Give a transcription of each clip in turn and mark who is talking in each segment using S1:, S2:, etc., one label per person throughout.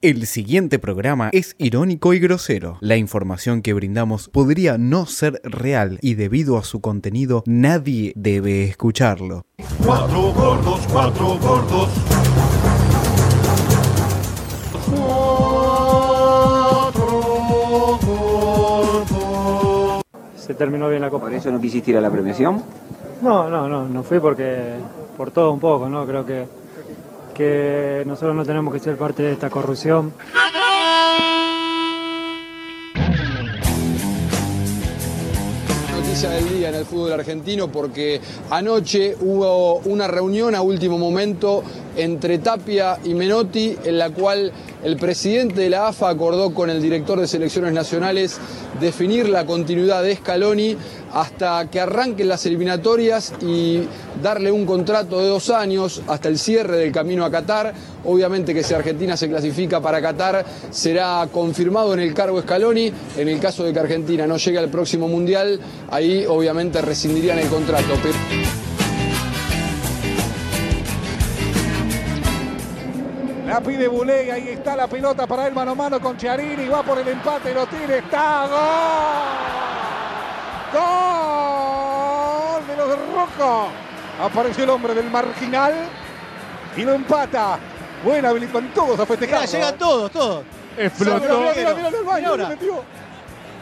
S1: El siguiente programa es irónico y grosero. La información que brindamos podría no ser real y debido a su contenido nadie debe escucharlo.
S2: Cuatro gordos, cuatro gordos. Cuatro gordos.
S3: Se terminó bien la copa.
S4: ¿Por eso no quisiste ir a la premiación?
S3: No, no, no, no fui porque por todo un poco, ¿no? Creo que, que nosotros no tenemos que ser parte de esta corrupción.
S5: noticia del día en el fútbol argentino porque anoche hubo una reunión a último momento entre Tapia y Menotti en la cual el presidente de la AFA acordó con el director de selecciones nacionales definir la continuidad de Scaloni hasta que arranquen las eliminatorias y darle un contrato de dos años hasta el cierre del camino a Qatar. Obviamente que si Argentina se clasifica para Qatar será confirmado en el cargo Scaloni. En el caso de que Argentina no llegue al próximo Mundial, ahí obviamente rescindirían el contrato. Pero...
S6: La pide Bulega, ahí está la pelota para el mano a mano con Chiarini, va por el empate, lo tiene, está gol. Gol de los rojos. Apareció el hombre del marginal y lo empata. Buena habilidad con todos a festejar.
S7: Llegan todos, todos.
S8: Explotó.
S6: Mira, mira, mira, el baño,
S7: Ahora.
S6: se metió.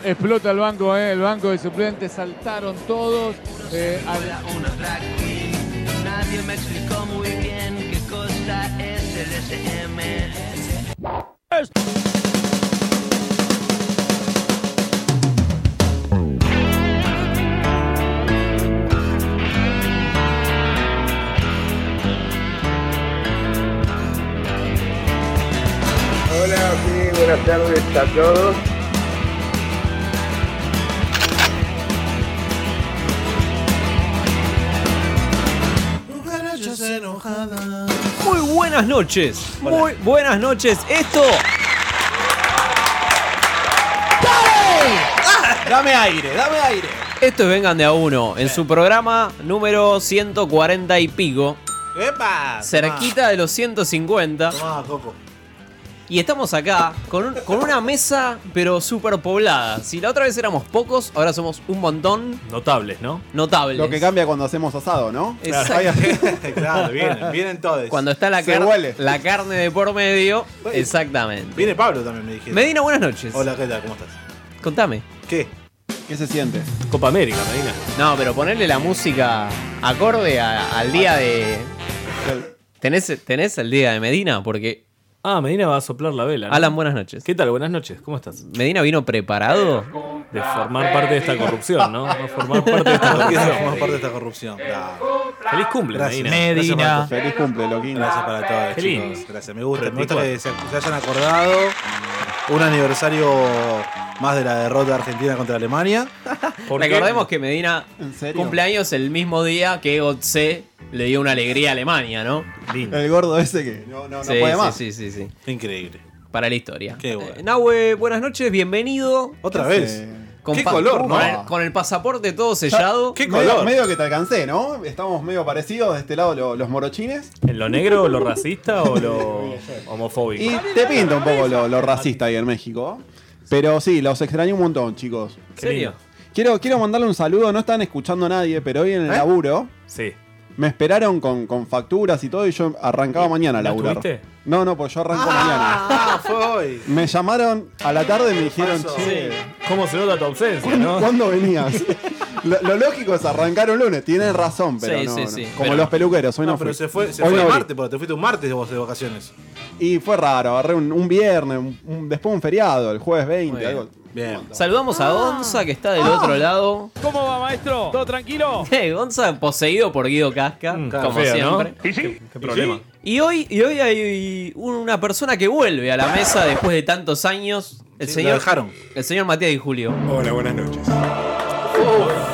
S8: Explota el banco, eh, el banco de suplentes, saltaron todos. eh, al-
S9: una drag queen. Nadie me explicó muy bien qué cosa es el SM.
S10: Hola, sí, buenas tardes a todos.
S11: Muy buenas noches. Muy buenas noches. Esto. Ah,
S7: Dame aire, dame aire.
S11: Esto es Vengan de a uno. En su programa número 140 y pico.
S7: ¡Epa!
S11: Cerquita de los 150.
S7: Tomá, Coco.
S11: Y estamos acá con, un- con una mesa, pero súper poblada. Si la otra vez éramos pocos, ahora somos un montón
S12: Notables, ¿no?
S11: notables.
S13: Lo que cambia cuando hacemos asado, ¿no?
S11: Exacto.
S12: claro, vienen, vienen todos.
S11: Cuando está la,
S12: Se
S11: car-
S12: huele.
S11: la carne de por medio. Exactamente.
S12: Viene Pablo también, me dijeron.
S11: Medina, buenas noches.
S12: Hola, ¿qué tal? ¿Cómo estás?
S11: Contame.
S12: ¿Qué?
S13: ¿Qué se siente?
S12: Copa América, Medina.
S11: No, pero ponerle la música acorde a- al día de. ¿Tenés, ¿Tenés el día de Medina? Porque.
S12: Ah, Medina va a soplar la vela.
S14: ¿no?
S11: Alan, buenas noches.
S14: ¿Qué tal? Buenas noches. ¿Cómo estás?
S11: ¿Medina vino preparado?
S14: De formar parte de esta corrupción, ¿no? De formar parte de esta
S12: No quiero
S14: corrupción.
S12: formar parte de esta corrupción. Claro.
S14: Feliz cumple,
S12: Gracias.
S14: Medina.
S12: Gracias,
S14: Medina.
S12: Marcos.
S13: Feliz cumple, Loquín.
S12: Gracias para todos,
S14: Qué
S12: chicos.
S14: lindo.
S12: Gracias. Me gusta, me gusta
S14: 34.
S12: que se, se hayan acordado. Un aniversario más de la derrota de Argentina contra Alemania.
S11: Recordemos que Medina cumpleaños el mismo día que Otse le dio una alegría a Alemania, ¿no?
S13: El gordo ese que no, no, no puede más.
S11: Sí, sí, sí.
S12: Increíble.
S11: Para la historia. Qué
S12: bueno.
S11: Nahue, buenas noches, bienvenido.
S12: Otra
S13: ¿Qué vez. hace? ¿Qué
S11: pa-
S13: color, no?
S11: Con el, con el pasaporte todo sellado.
S13: medio, Medio que te alcancé, ¿no? Estamos medio parecidos de este lado lo- los morochines.
S14: ¿En lo negro, lo racista o lo homofóbico?
S13: Y te pinta un poco lo, lo racista ahí en México. Pero sí, los extrañé un montón, chicos.
S14: ¿En serio?
S13: Quiero, quiero mandarle un saludo, no están escuchando a nadie, pero hoy en
S11: ¿Eh?
S13: el laburo
S14: Sí.
S13: me esperaron con, con facturas y todo y yo arrancaba mañana a
S14: ¿No
S13: laburar.
S14: estuviste?
S13: No, no, pues yo arranco mañana.
S12: Ah, fue hoy.
S13: Me llamaron a la tarde y me dijeron,
S12: Pasó.
S13: che,
S14: ¿Cómo se nota tu ausencia,
S13: ¿cuándo,
S14: no?
S13: cuándo venías? lo, lo lógico es arrancar un lunes, tienen razón, pero
S14: Sí,
S13: no,
S14: sí,
S13: no.
S14: sí.
S13: Como
S14: Pero-
S13: los peluqueros, hoy no,
S12: No, pero
S13: fui.
S12: se fue, se
S13: Hoy
S12: fue
S13: no
S12: el
S13: abrí.
S12: martes, porque te fuiste un martes vos de vacaciones.
S13: Y fue raro, agarré un, un viernes, un- un- después un feriado, el jueves 20, algo.
S12: Bien.
S11: Saludamos a Gonza, que está del
S13: Ah.
S11: otro lado.
S7: ¿Cómo va, maestro? ¿Todo tranquilo?
S11: Eh, Gonza poseído por Guido Casca, como
S14: feo, Mm, ¿no?
S11: siempre.
S14: ¿Y sí? ¿Qué problema?
S11: Y hoy, y hoy hay una persona que vuelve a la mesa después de tantos años. El
S14: Sí,
S11: señor,
S14: lo dejaron.
S11: El señor Matías y Julio.
S15: Hola, buenas noches.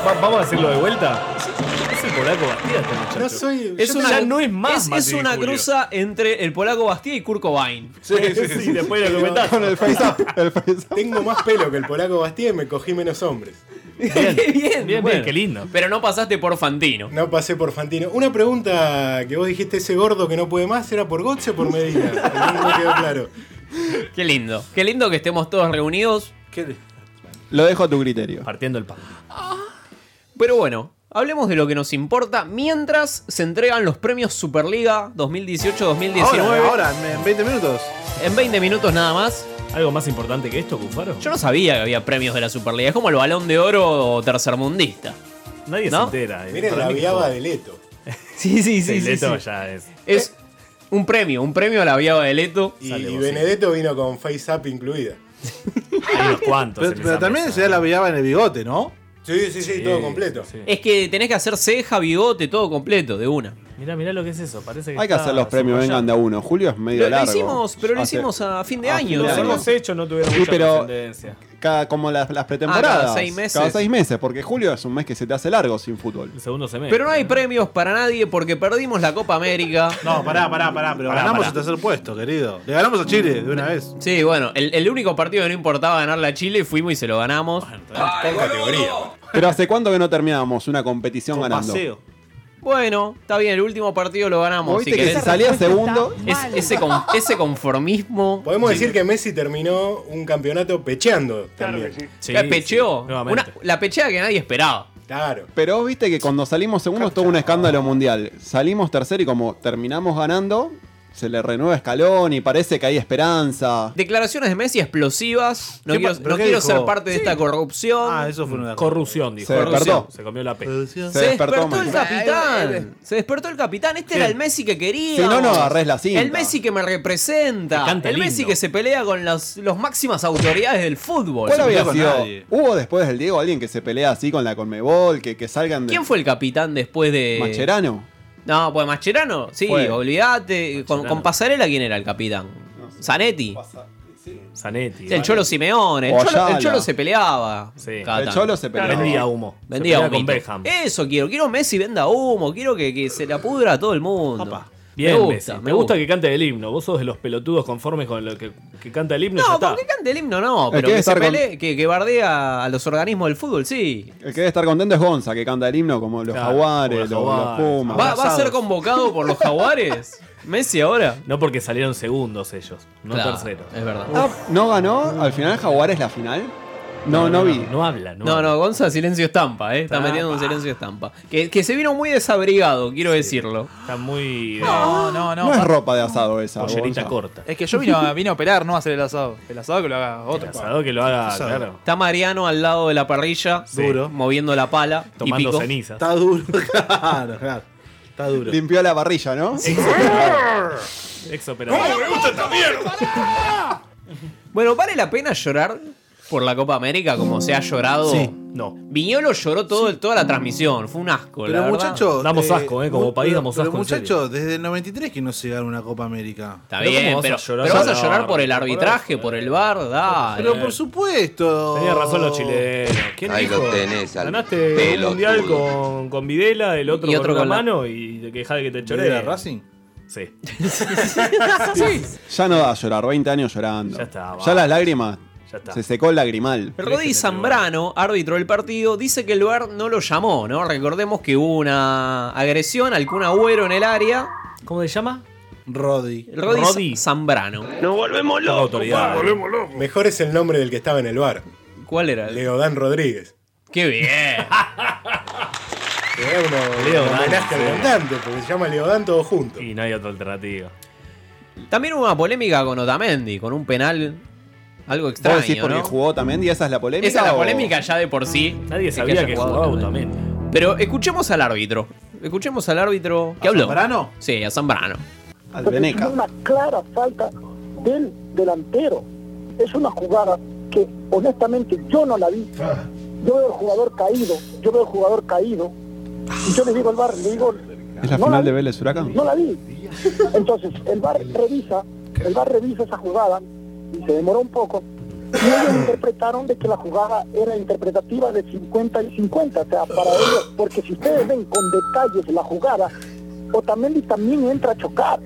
S14: Va- ¿Vamos a decirlo de vuelta? Es el polaco Bastida este muchacho.
S11: Es una,
S14: ya no es más.
S11: Es,
S14: Matías
S11: es una
S14: y Julio.
S11: cruza entre el polaco Bastía y Kurt Cobain.
S15: Sí, sí, sí, después lo comentás.
S13: Con el face up, el face
S15: up. Tengo más pelo que el polaco Bastía y me cogí menos hombres.
S11: Bien, bien,
S15: qué
S14: lindo.
S11: Pero no pasaste por Fantino.
S15: No pasé por Fantino. Una pregunta que vos dijiste, ese gordo que no puede más, ¿era por Gotze o por Medina? No me quedó claro.
S11: Qué lindo. Qué lindo que estemos todos reunidos.
S13: Lo dejo a tu criterio.
S11: Partiendo el pan. Ah. Pero bueno, hablemos de lo que nos importa mientras se entregan los premios Superliga 2018-2019.
S12: Ahora, ahora, en 20 minutos.
S11: En 20 minutos nada más.
S14: ¿Algo más importante que esto, Cufaro?
S11: Yo no sabía que había premios de la Superliga. Es como el balón de oro tercermundista.
S14: Nadie
S11: ¿No?
S14: se entera. eh.
S15: Miren
S14: Para
S15: la
S14: mí que
S15: viaba
S14: todo.
S15: de Leto.
S11: Sí, sí, sí.
S14: Sí,
S11: sí,
S14: Leto
S11: sí.
S14: ya es.
S11: Es un premio, un premio a la viaba de Leto.
S15: Y, Benedetto vino con Face Up incluida.
S14: Hay unos cuantos.
S12: Pero, pero también se da la viaba en el bigote, ¿no? Eh,
S15: Sí, sí, sí, todo completo.
S11: Es que tenés que hacer ceja, bigote, todo completo, de una.
S14: Mirá, mirá lo que es eso. Parece que
S13: Hay que
S14: está
S13: hacer los premios,
S14: subrayado.
S13: vengan de a uno. Julio es medio
S11: Lo, lo
S13: largo.
S11: hicimos, pero lo
S13: Hace-
S11: hicimos a fin de
S13: a
S11: año.
S13: fin de
S11: ¿no?
S13: año.
S14: Los hecho no tuvieron
S13: Sí,
S14: mucha
S13: pero-
S14: trascendencia.
S13: Cada, como las, las
S12: Ah,
S13: pretemporadas.
S11: cada seis meses.
S13: Cada seis meses, porque julio es un mes que se te hace largo sin fútbol.
S14: El segundo semestre.
S11: Pero no hay premios para nadie porque perdimos la Copa América.
S12: No, pará, pará, pará. Pero
S11: Pará,
S12: ganamos
S11: pará.
S12: el tercer puesto, querido. Le ganamos a Chile de una vez.
S11: Sí, bueno, el, el único partido que no importaba ganarle a Chile, fuimos y se lo ganamos.
S15: Con categoría.
S13: Pero hace cuánto que no terminábamos una competición ganando.
S11: Bueno, está bien, el último partido lo ganamos.
S13: Viste que si salía Esa respuesta segundo-
S11: Es- ese, con- ese conformismo.
S15: Podemos decir que Messi terminó un campeonato pecheando también.
S11: la pecheó. Una- la pecheada que nadie esperaba.
S15: Claro.
S13: Pero viste que cuando salimos segundos todo un escándalo mundial. Salimos tercero y como terminamos ganando, se le renueva escalón y parece que hay esperanza.
S11: Declaraciones de Messi explosivas. No
S13: ¿Qué
S11: quiero,
S13: pa- pero
S11: no
S13: qué
S11: quiero
S13: dijo?
S11: ser parte de esta corrupción.
S12: Ah, eso fue una
S14: Corrupción, dijo.
S13: Se despertó.
S14: Se comió la P.
S11: Se, despertó, el
S13: Messi.
S11: capitán. Se despertó el capitán. Este era el Messi que quería.
S13: Si no, no agarrés la cinta.
S11: El Messi que me
S13: Que
S11: representa.
S13: canta
S11: el
S13: el
S11: Messi
S13: himno.
S11: que se pelea con las los máximas autoridades del fútbol.
S13: ¿Cuál había sido? ¿Hubo después del Diego alguien que se pelea así con la Conmebol? Que, que salgan de.
S11: ¿Quién fue el capitán después de.
S13: Mascherano.
S11: No, pues Mascherano. Sí,
S13: Fue.
S11: olvídate. Con, con Pasarela, ¿quién era el capitán? Zanetti.
S14: Zanetti.
S11: El Cholo Simeone. El Cholo,
S14: Oyala.
S11: el Cholo se peleaba. cada
S13: El
S11: tanto.
S13: Cholo se peleaba.
S14: Vendía humo.
S11: Vendía
S14: Se pelea
S11: humito.
S14: con Beckham.
S11: Eso quiero. Quiero Messi venda humo. Quiero que, que se la pudra a todo el mundo.
S14: Bien,
S11: me gusta.
S14: Messi.
S11: me
S14: Me gusta que cante el himno. Vos sos de los pelotudos conformes con lo que, que canta el himno y ya
S11: No,
S14: está.
S11: con que cante el himno no,
S13: El
S11: pero
S13: que
S11: que,
S13: debe
S11: se
S13: Eh, estar con-
S11: pelee, que, que bardea a los organismos del fútbol, sí.
S13: El que debe estar contento es Gonza, que canta el himno como los jaguares,
S14: como los
S13: los, los
S14: jaguares.
S13: pumas.
S11: ¿Va, va a ser convocado por los jaguares? ¿Messi ahora?
S14: No, porque salieron segundos ellos, no
S11: Claro,
S14: terceros.
S11: Es verdad.
S13: Ah, ¿No ganó? ¿Al final Jaguares la final? No, no, vi.
S14: No habla,
S11: No, no, Gonza silencio estampa, ¿eh? Está
S14: Estampa.
S11: metiendo un silencio estampa. Que, que se vino muy desabrigado, quiero decirlo.
S14: Está muy...
S4: No, no,
S13: No,
S4: no.
S13: es
S4: pa-
S13: ropa de asado esa.
S14: Mm, Pollerita
S13: Gonza.
S14: corta.
S4: Es que yo vino, vino a operar, no a hacer el asado. El asado que lo haga otro.
S14: asado que lo haga, claro.
S11: Está Mariano al lado de la parrilla, duro, moviendo la pala. y
S14: Tomando
S11: pico.
S14: cenizas.
S12: Está duro, claro, claro. Está duro. Ah,
S13: Limpió la parrilla, ¿no?
S14: Ex operador.
S11: Bueno, ¿vale la pena llorar por la Copa América como se ha llorado?
S14: Sí. No.
S11: Viñolo lloró todo, toda la transmisión, fue un asco, la
S12: Pero
S11: verdad.
S12: muchachos.
S14: Damos asco, eh, como
S12: mu-
S14: país
S12: pero-
S14: damos asco,
S12: Pero
S14: en serio.
S12: muchachos, desde el 93 que no se gana una Copa América.
S11: Está bien, pero, pero vas a llorar por el arbitraje, por el bar, dale.
S12: Pero por supuesto.
S14: Tenía razón los chilenos. ¿Quién
S12: Ahí
S14: dijo?
S12: lo tenés, al
S14: Ganaste
S12: pelotudo.
S14: un mundial con, con Videla, el otro,
S11: Y otro
S14: con,
S11: con
S14: la
S11: la-
S14: mano y te quejás de que te choré.
S12: ¿Videla Racing?
S14: Sí.
S13: Ya no da a llorar, 20 años llorando. Ya
S14: está,
S13: Ya las lágrimas.
S14: Ya está.
S13: Se secó el lagrimal.
S11: Rodi Zambrano, árbitro del partido, dice que el VAR no lo llamó, ¿no? Recordemos que hubo una agresión al Kun Agüero en el área.
S14: ¿Cómo se llama?
S12: Roddy.
S11: Rodi,
S14: Rodi.
S11: Zambrano. Nos volvemos
S13: Ah,
S15: Mejor es el nombre del que estaba en el bar.
S11: ¿Cuál era?
S15: Leodán Rodríguez.
S11: ¡Qué bien!
S15: Era uno-
S14: Leodán,
S15: un homenaje
S14: sí.
S15: al cantante, porque se llama Leodán todo junto.
S14: Y no hay otra alternativa.
S11: También hubo una polémica con Otamendi, con un penal algo extraño,
S13: ¿Vos decís porque
S11: ¿no?
S13: jugó Otamendi? ¿Esa es la polémica?
S11: Esa es la
S13: o-
S11: polémica ya de por sí.
S14: Nadie
S11: Es
S14: sabía
S11: haya
S14: que
S11: jugado
S14: jugaba
S11: Otamendi.
S14: Otamendi.
S11: Pero escuchemos al árbitro. Escuchemos al árbitro. ¿Qué
S13: ¿A
S11: habló?
S13: Zambrano?
S11: Sí, a Zambrano.
S13: Al Veneca.
S16: una clara falta del delantero. Es una jugada que honestamente yo no la vi.
S13: Ah.
S16: Yo veo al jugador caído, yo veo al jugador caído. Y yo le digo al bar, le digo,
S13: ¿Es la
S16: No la
S13: final
S16: vi.
S13: de Vélez Huracán?
S16: no la vi. Entonces el bar revisa, el bar revisa esa jugada y se demoró un poco. Y ellos interpretaron de que la jugada era interpretativa de 50 y 50, o sea, para ellos, porque si ustedes ven con detalles la jugada, Otamendi también entra a chocar.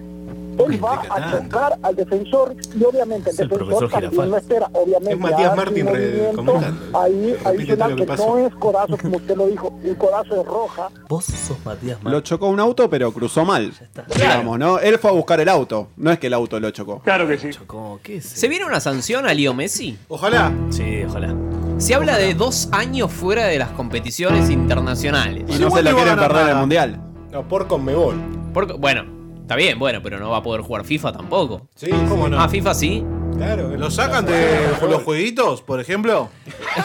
S16: Él va a tocar al defensor y obviamente el
S15: el
S16: defensor
S15: profesor
S16: también
S15: Girafales.
S16: lo espera. Obviamente
S15: Es Matías
S16: hace un
S15: Martín re-
S16: movimiento
S15: comentando.
S16: Ahí
S15: Repite todo
S16: adicional
S15: lo
S16: que
S15: que pasó.
S16: no es codazo, como usted lo dijo, el codazo es roja.
S11: Vos sos Matías
S13: Lo chocó un auto, pero cruzó mal. Digamos, ¿no? Él fue a buscar el auto. No es que el auto lo chocó.
S11: Claro que sí. ¿Se viene una sanción a Leo Messi?
S13: Ojalá.
S11: Sí, ojalá. Se habla de dos años fuera de las competiciones internacionales.
S13: Y no se lo quieren perder el mundial.
S11: No, por Conmebol. bueno, está bien, bueno, pero no va a poder jugar FIFA tampoco. Sí, ¿cómo no? Ah, FIFA sí.
S15: Claro.
S12: ¿Lo sacan de los jueguitos, por ejemplo?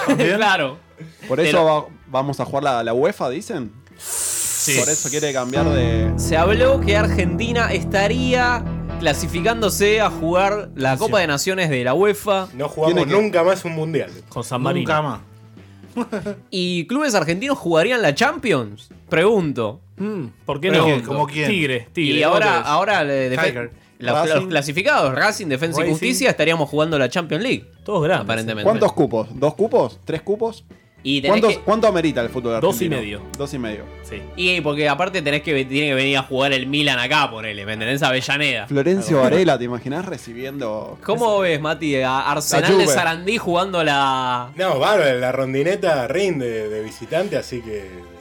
S11: claro.
S13: Por eso va- vamos a jugar la, la UEFA, dicen. Por eso quiere cambiar de.
S11: Se habló que Argentina estaría clasificándose a jugar la Copa de Naciones de la UEFA. No
S15: jugamos nunca más un mundial.
S11: Con
S15: San Marino. Nunca más.
S11: ¿Y clubes argentinos jugarían la Champions? Pregunto.
S14: ¿Por qué no?
S11: Pregunto.
S14: ¿Como Hmm, quién? Tigre, Tigre,
S11: Y ahora,
S14: Vélez.
S11: ahora le- defe-
S14: Tiger.
S11: la-
S14: Racing.
S11: los clasificados, Racing, Defensa
S14: Racing.
S11: y Justicia, estaríamos jugando la Champions League. Todos grandes. Aparentemente.
S13: ¿Cuántos cupos? ¿Dos cupos? ¿Tres cupos?
S11: Y tenés
S13: ¿Cuántos,
S11: que-
S13: ¿Cuánto amerita el fútbol
S11: Dos y
S13: argentino?
S11: medio.
S13: Dos y medio.
S11: Sí. Y porque aparte tenés que, tiene que venir a jugar el Milan acá, ponele, ¿me entendés? Avellaneda.
S13: Florencio Varela, ¿te imaginas recibiendo
S11: ¿Cómo ves, Mati, a Arsenal
S15: La
S11: de
S15: Juve.
S11: Sarandí jugando la...
S15: No, bárbaro, la rondineta rinde de visitante, así que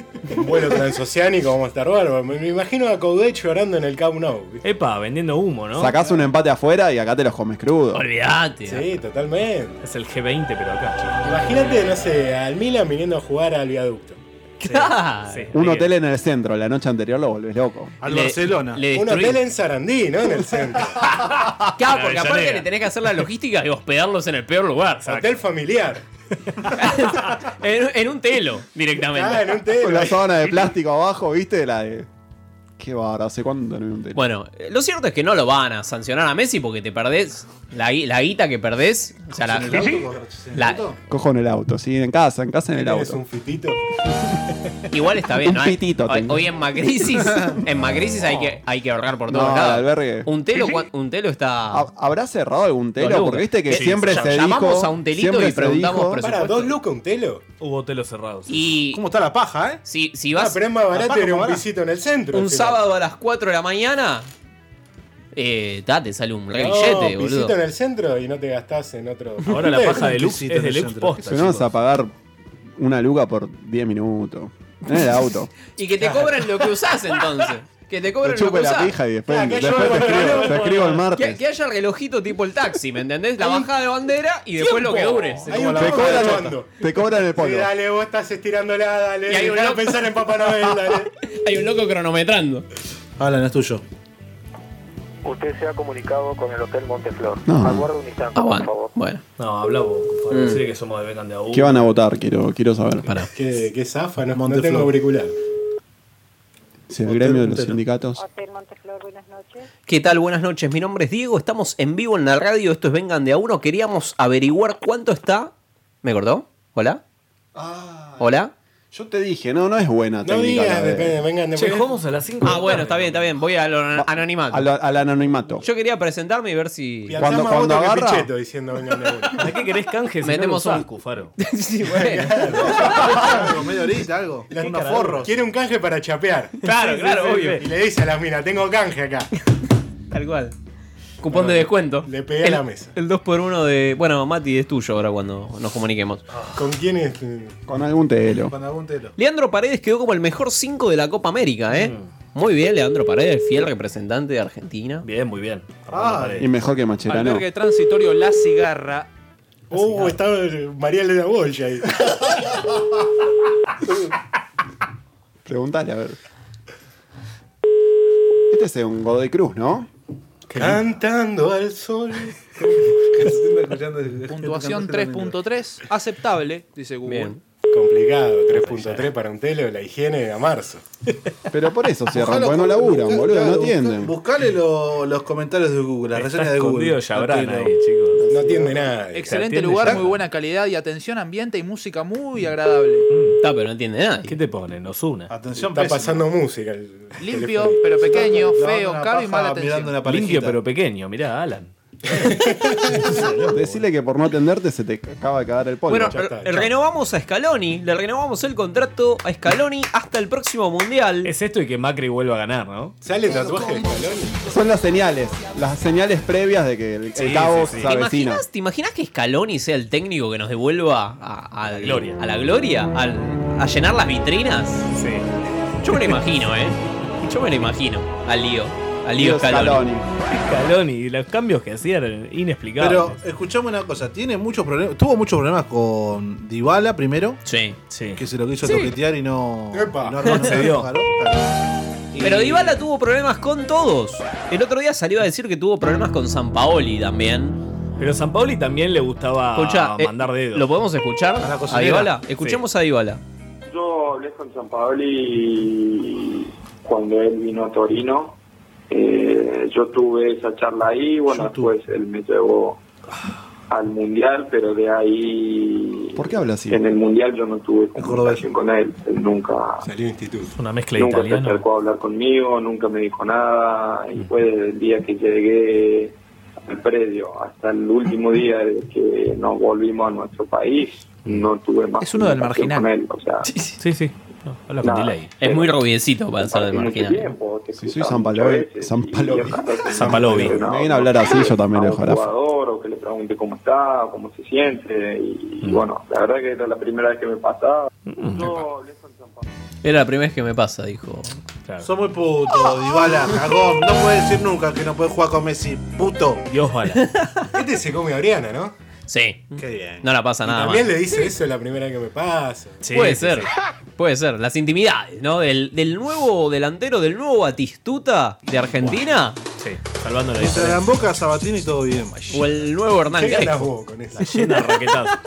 S15: un vuelo transoceánico vamos a estar bárbaro. Me me imagino a Coudet llorando en el Camp Nou.
S14: Epa, vendiendo humo, ¿no?
S13: Sacás un empate afuera y acá te los comes crudo.
S11: Olvídate.
S15: Sí, totalmente.
S14: Es el G20, pero acá.
S15: Imagínate, no sé, al Milan viniendo a jugar al viaducto.
S11: Claro.
S13: Un hotel en el centro, la noche anterior lo volvés loco.
S11: Le- le
S15: un
S11: destruís.
S15: hotel en Sarandí, ¿no? En el centro.
S11: Claro, Ah, porque
S15: Avellaneda.
S11: aparte le tenés que hacer la logística y hospedarlos en el peor lugar.
S15: Hotel familiar.
S11: en, en un telo, directamente.
S15: Ah,
S13: Con la sábana de plástico abajo, ¿viste? La de. Qué barra, ¿hace cuánto no vi un telo?
S11: Bueno, eh, lo cierto es que no lo van a sancionar a Messi porque te perdés la, gui- la guita que perdés. O sea, la, la-
S13: Cojo en el auto, sí, en casa, en casa en el
S15: ¿Tienes
S13: auto.
S15: un fitito?
S11: igual está bien,
S13: Un
S11: ¿no? Hay-
S13: pitito
S11: hoy,
S13: tengo.
S11: hoy en Macrisis, en Macrisis hay, que, hay que ahorrar por todos
S13: No,
S11: lados.
S13: el albergue.
S11: Un telo, cua- un telo está.
S15: Ah,
S13: Ha- ¿Habrá cerrado algún telo?
S11: Dos lucas.
S13: Porque viste que
S11: Sí,
S13: siempre
S11: ya-
S13: se dijo.
S11: llamamos a un telito
S13: siempre
S11: y
S13: se
S11: preguntamos
S13: dijo-
S11: presupuesto. Pará, ¿dos
S15: lucas un telo?
S14: Hubo telos cerrados.
S11: Y
S12: ¿Cómo está la paja, eh?
S11: si, si
S15: Ah,
S11: vas
S15: pero es más barato ir a un pisito en el centro.
S11: un
S15: al final.
S11: sábado a las 4 de la mañana, eh, ta, te sale un re
S15: No,
S11: billete, boludo.
S15: pisito en el centro y no te gastás en otro.
S11: Ahora la paja de
S15: luz
S11: Lux es de Lux posta,
S13: Si no vas a pagar una luca por 10 minutos. En el auto.
S11: Y que te cobran lo que usás entonces. Que te cobran
S13: Te
S11: lo que
S13: chupe la
S11: usás.
S13: pija y después-
S11: que
S13: después
S11: haya-
S13: te escribo- te escribo el martes.
S11: Que, que haya relojito tipo el taxi, ¿me entendés? La bajada de bandera y después lo que
S15: Tiempo.
S11: dure.
S15: Hay un
S13: Te
S15: tiempo de
S13: cobran,
S15: chota.
S13: te cobran el
S15: Sí,
S13: polvo.
S15: dale, vos estás estirándola, dale.
S11: Y
S15: Y
S11: hay un loco-
S15: pensar en Papá Noel, dale.
S11: Hay un loco cronometrando.
S12: Alan, no es tuyo.
S10: Usted se ha comunicado con el Hotel Monteflor.
S13: No.
S10: Aguarde un instante, por favor.
S11: Ah, Bueno. Mm.
S14: No, habla vos, para decirle que somos de Becan de Aú.
S13: ¿Qué van a votar? Quiero, quiero saber.
S15: Qué, qué zafa, no, no
S13: Monteflor.
S15: tengo auricular.
S13: Si el gremio de los sindicatos.
S11: ¿Qué tal? Buenas noches. Mi nombre es Diego. Estamos en vivo en la radio. Esto es Vengan de a uno. Queríamos averiguar cuánto está. ¿Me acordó? ¿Hola?
S15: Ah.
S11: ¿Hola?
S13: Yo te dije, no, no es buena técnica. la de-
S15: vengan
S11: de
S13: Che,
S11: a las 5. Ah, bueno, está bien, está bien. Voy al
S13: Ah,
S11: anonimato.
S13: al, al anonimato.
S11: Yo quería presentarme y ver si.
S13: Piantá Cuando- más cuando voto que agarra- Pichetto
S15: diciendo vengan de
S14: ¿De qué querés canje?
S11: Metemos un-
S14: Cufaro.
S12: Algo, medio horita, algo. Unos forros.
S15: Quiere un canje para chapear.
S11: Claro, claro, obvio.
S15: Y le dice a las minas, tengo canje acá.
S11: Tal cual. Cupón de descuento.
S15: Le pegué a
S11: el,
S15: la mesa.
S11: El 2x1 de. Bueno, Mati es tuyo ahora cuando nos comuniquemos.
S15: ¿Con quién es?
S13: Con algún telo.
S12: Con algún telo.
S11: Leandro Paredes quedó como el mejor 5 de la Copa América, ¿eh? Muy bien, Leandro Paredes, fiel representante de Argentina.
S14: Mm. Bien, muy bien.
S13: Y mejor que Macherano.
S4: Albergue transitorio La Cigarra.
S15: Uh, está
S12: eh,
S15: María Elena Walsh ahí.
S13: Preguntale, a ver. Este es un Godoy Cruz, ¿no?
S15: Cantando al sol. este
S4: Puntuación 3.3. Aceptable, dice Google.
S15: Bien. Complicado, 3.3 para un telo, la higiene a marzo.
S13: Pero por eso cierran,
S12: Ojalá
S13: porque no
S12: con-
S13: laburan,
S12: busca-
S13: boludo, no
S12: claro,
S13: atienden.
S12: Buscale lo- los comentarios de Google, las
S14: Está
S12: reseñas de
S14: escondido
S12: Google.
S14: Yabrán
S12: No tiene-
S14: ahí,
S15: No atiende nada.
S4: Excelente
S12: ¿Atiende
S4: lugar,
S12: ya?
S4: muy buena calidad y atención, ambiente y música muy agradable.
S11: Está, pero no entiende nada.
S14: ¿Qué te ponen? Osuna.
S12: Atención,
S15: Está
S12: pésima.
S15: pasando música. el-
S4: Limpio, pero pequeño,
S12: Lavando
S4: feo,
S12: una
S4: caro y
S12: paja,
S4: mala
S12: mirando
S4: atención.
S12: una parejita.
S14: Limpio pero pequeño, mirá, Alan.
S13: Decirle que por no atenderte se te acaba de cagar el polvo.
S11: Bueno, re- renovamos a Scaloni, le renovamos el contrato a Scaloni hasta el próximo mundial.
S14: Es esto y que Macri vuelva a ganar, ¿no?
S15: Sale el tatuaje de Scaloni.
S13: Son las señales, las señales previas de que el, el
S11: Sí,
S13: caos
S11: sí,
S13: se
S11: sí. ¿Te
S13: avecina.
S11: imaginas, te imaginas que Scaloni sea el técnico que nos devuelva a, la gloria? A la gloria, al- a llenar las vitrinas. Sí. Yo me lo imagino, ¿eh? Yo me lo imagino. Al lío. Al lío
S14: Lío
S11: Scaloni.
S14: Scaloni. Scaloni y los cambios que hacían eran inexplicables.
S12: Pero escuchame una cosa, tiene muchos problemas, tuvo muchos problemas con Dybala primero.
S11: Sí,
S12: sí. Que se lo quiso
S11: Sí.
S12: toquetear y no,
S11: Epa.
S12: y no armó
S11: Se
S12: nada.
S11: dio.
S12: Claro.
S11: Pero Dybala tuvo problemas con todos. El otro día salió a decir que tuvo problemas con Sampaoli también.
S14: Pero Sampaoli también le gustaba
S11: Escucha, eh,
S14: mandar dedos.
S11: ¿Lo podemos escuchar?
S14: A la
S11: ¿A,
S14: cocinera.
S11: Dybala?
S14: Sí.
S11: Escuchemos a Dybala.
S10: Yo hablé con Sampaoli cuando él vino a Torino. Eh, yo tuve esa charla ahí, bueno, después él me llevó al Mundial, pero de ahí...
S13: ¿Por qué habla así?
S10: En el Mundial yo no tuve comunicación con él, él nunca...
S15: Salió instituto.
S14: Una mezcla de
S10: Nunca se
S14: italiano.
S10: acercó a hablar conmigo, nunca me dijo nada,
S11: Mm.
S10: y fue desde el día que llegué al predio hasta el último día de que nos volvimos a nuestro país, no tuve más
S11: Es uno del
S10: comunicación
S11: marginal.
S10: con él, o sea,
S14: Sí, sí. No, habla con
S10: Nada.
S14: delay.
S11: Es muy rubiecito para ser del
S10: mucho
S11: marginal.
S10: tiempo, te
S13: Sí, soy
S10: escuchaba muchas
S13: Sampalovi.
S10: veces,
S13: Sampalovi.
S10: eh, y-
S13: Sampalovi.
S10: No,
S13: Me viene a hablar así, yo también
S10: a
S13: le
S10: un
S13: jarafa.
S10: jugador o que le pregunte cómo está, cómo se siente, y, y bueno, la verdad que era la primera vez que me pasaba. Yo hablé con
S11: Era la primera vez que me pasa, dijo.
S12: Sos muy puto, Dybala, cagón. No puedes decir nunca que no puedes jugar con Messi, puto.
S14: Dios bala.
S15: Este se come a Oriana, ¿no?
S11: Sí.
S12: Qué bien.
S11: No la pasa nada
S15: También
S11: mal.
S15: le dice eso la primera vez que me pasa.
S11: Ah, puede ser, puede ser. Las intimidades, ¿no? Del, del nuevo delantero, del nuevo Batistuta de Argentina.
S14: Sí, salvando la
S12: Entre
S14: diferencia.
S12: la boca, Sabatini, todo bien.
S11: O el nuevo Hernán
S15: ¿Qué ganas
S11: Crespo.
S15: vos con eso?
S14: Llena de raquetazo.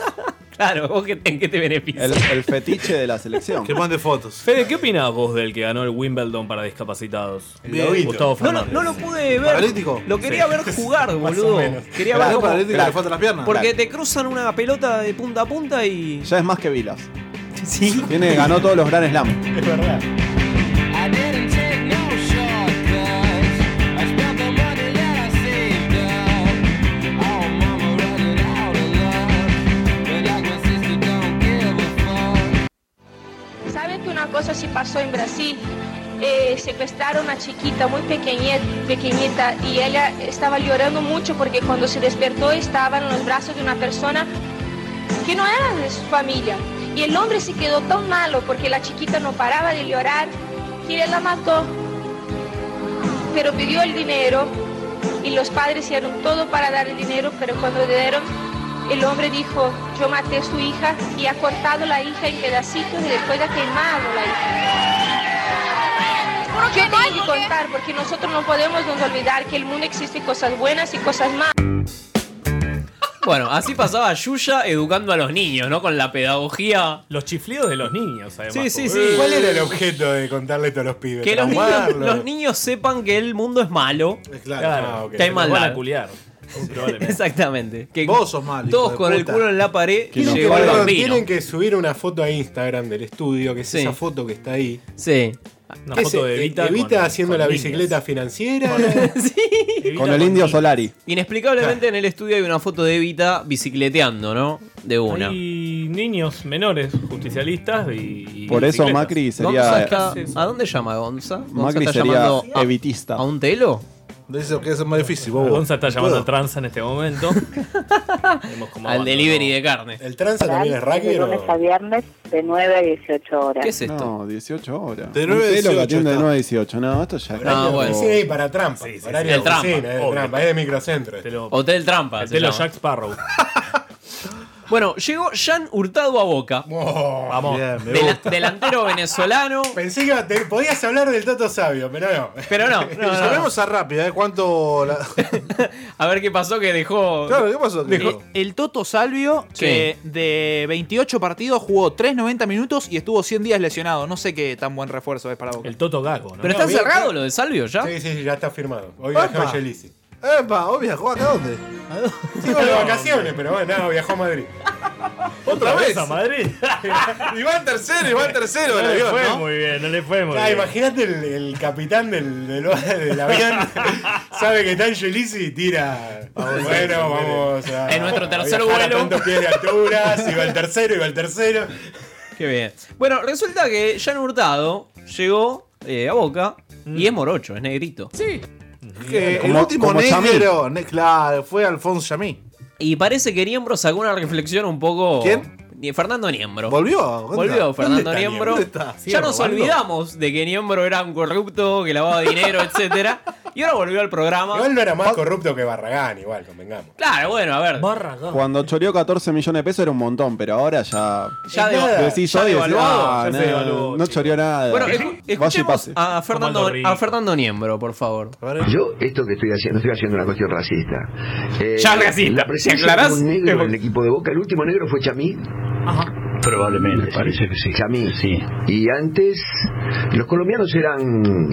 S11: Claro, vos que te- en qué te beneficias.
S13: El, el fetiche de la selección.
S12: Que mande fotos.
S14: Fede, ¿qué opinás vos del que ganó el Wimbledon para discapacitados?
S12: Bien. Lobito.
S14: Gustavo
S11: No, lo-
S14: Fernández.
S11: no lo pude ver.
S12: Paralítico.
S11: Lo quería
S14: Sí.
S11: ver jugar, boludo.
S14: menos.
S11: Quería
S13: Claro,
S11: ver cómo-
S13: paralítico,
S11: Claro.
S13: le faltan las piernas.
S11: Porque
S13: Claro.
S11: te cruzan una pelota de punta a punta y.
S13: Ya es más que Vilas.
S11: Sí.
S13: Tiene, ganó todos los Grand Slam.
S15: Es verdad.
S9: I didn't take no shortcuts. I spent the money that I saved up. Oh, mama running out of love. But like my sister don't give a fuck.
S17: ¿Saben que una cosa sí pasó en Brasil? Eh, secuestraron a una chiquita muy pequeñe- pequeñita y ella estaba llorando mucho porque cuando se despertó estaba en los brazos de una persona que no era de su familia. Y el hombre se quedó tan malo porque la chiquita no paraba de llorar que él la mató. Pero pidió el dinero y los padres hicieron todo para dar el dinero, pero cuando le dieron, el hombre dijo, yo maté a su hija y ha cortado la hija en pedacitos y después ha quemado la hija. Yo tengo que contar porque nosotros no podemos nos olvidar que el mundo existe cosas buenas y cosas malas.
S11: Bueno, así pasaba Yuya educando a los niños, ¿no? Con la pedagogía.
S14: Los chiflidos de los niños, además. eh,
S11: Sí, sí,
S14: como-
S11: sí.
S15: ¿Cuál era el objeto de contarle esto a los pibes?
S11: Que los niños,
S15: Traumarlos.
S11: los niños sepan que el mundo es malo.
S13: Eh,
S14: Claro,
S15: Ah, ok.
S11: que hay
S14: Nos van
S11: maldad.
S14: a culiar. Probablemente.
S11: Exactamente. Que Vos
S12: sos malo.
S11: Todos con el culo en la pared
S15: Tienen que,
S11: llegó el
S15: perdón,
S11: bambino.
S15: tienen que subir una foto a Instagram del estudio, que es
S11: Sí.
S15: esa foto que está ahí.
S11: Sí.
S14: Una
S15: Que
S14: foto
S15: es,
S14: de Evita
S15: eh, Evita
S14: con-
S15: haciendo
S14: con
S15: la
S14: niños.
S15: bicicleta financiera.
S13: Con el indio Solari.
S11: Inexplicablemente en el estudio hay una foto de Evita bicicleteando, ¿no? De una.
S14: Y niños menores, justicialistas y. y
S13: Por eso
S14: bicicletas.
S13: Macri
S11: Gonza
S13: sería. eh,
S11: está- ¿A dónde llama Gonza? Gonza
S13: Macri
S11: está
S13: sería
S11: llamando a,
S13: evitista.
S11: a un telo.
S12: Dice que es más difícil, bobo.
S14: Gonza está llamando
S12: Puedo.
S14: a Tranza en este momento. Vemos cómo
S11: Al
S14: abandonó.
S11: delivery de carne.
S15: El tranza también es
S18: de
S15: rugby.
S18: lunes a viernes de 9 a 18 horas.
S13: No, 18 horas.
S15: De
S13: Un
S15: 9 a
S13: pelo que
S15: 18
S13: atiende de
S15: está.
S13: 9 a 18. No, esto ya
S15: Horario de oficina y para trampa. Horario
S11: Ah, El
S15: de
S11: trampa,
S15: oficina, es de
S11: obvio.
S15: trampa, es de microcentro.
S11: Hotel Trampa.
S14: El
S11: se
S14: telo
S11: llama.
S14: Jack Sparrow.
S11: Bueno, llegó Jan Hurtado a Boca.
S14: Vamos.
S11: Dela- delantero venezolano.
S15: Pensé que iba a tener- podías hablar del Toto Sabio, pero no.
S11: Pero no, no, no, no.
S12: Llamemos a rápida, ¿eh? ¿Cuánto.? la-
S11: A ver qué pasó que dejó.
S12: Claro, ¿qué pasó?
S7: Eh, El Toto Salvio, que de 28 partidos jugó 390 minutos y estuvo 100 días lesionado. No sé qué tan buen refuerzo es para Boca.
S14: El Toto Gago, ¿no?
S11: Pero está
S15: bien,
S11: cerrado lo de Salvio ya.
S15: Sí, sí, sí, ya está firmado. Hoy
S12: Opa.
S15: viajó a Yelisi.
S12: Epa, obvio, ¿jugó acá dónde?
S15: Sí, de vacaciones, pero bueno, nada, viajó a Madrid.
S14: ¿Otra vez a
S15: Madrid?
S12: y va el tercero, y va el tercero del
S14: No le
S12: avión,
S14: fue
S12: ¿no?
S14: muy bien, no le fue muy
S15: Ah,
S14: bien.
S15: Imagínate el, el capitán del, del, del avión. sabe que está en Yelisi y tira. bueno, vamos a.
S11: En nuestro
S15: a
S11: tercer
S15: viajar a
S11: vuelo.
S15: tantos pies de altura, si va el tercero, y va el tercero.
S11: Qué bien. Bueno, resulta que Jan Hurtado llegó eh, a Boca y es morocho, es negrito.
S12: Sí.
S11: Que
S12: el último negro, ne- claro, fue Alfonso Chamí.
S11: Y parece que Niembro sacó una reflexión un poco. ¿Quién? Fernando Niembro.
S12: ¿Volvió? ¿Dónde
S11: Volvió
S12: está?
S11: Fernando
S12: ¿Dónde está
S11: Niembro.
S12: Niembro? ¿Dónde está?
S11: Ya
S12: ¿Sigue
S11: nos
S12: robando?
S11: olvidamos de que Niembro era un corrupto, que lavaba dinero, etcétera. Y ahora volvió al programa.
S15: Igual no era más corrupto que Barragán, igual, convengamos.
S11: Claro, bueno, a ver.
S13: Cuando choreó 14 millones de pesos era un montón, pero ahora ya.
S11: Ya de-
S13: Lo decís
S11: ya
S13: hoy, decís,
S11: devaluado,
S13: ah,
S11: ya se
S13: no,
S11: devaluó,
S13: No choreó nada.
S11: Bueno, escu-
S13: Vaya y
S11: escuchemos
S13: pase.
S11: a Fernando, a Fernando Niembro, por favor.
S19: Yo, esto que estoy haciendo, estoy haciendo una cuestión racista. Eh,
S11: Ya es racista,
S19: La presencia
S11: ¿te aclarás?
S19: de un negro en el equipo de Boca, el último negro fue Chamí. Probablemente, parece que sí. Chamí. Sí. Y antes, los colombianos eran.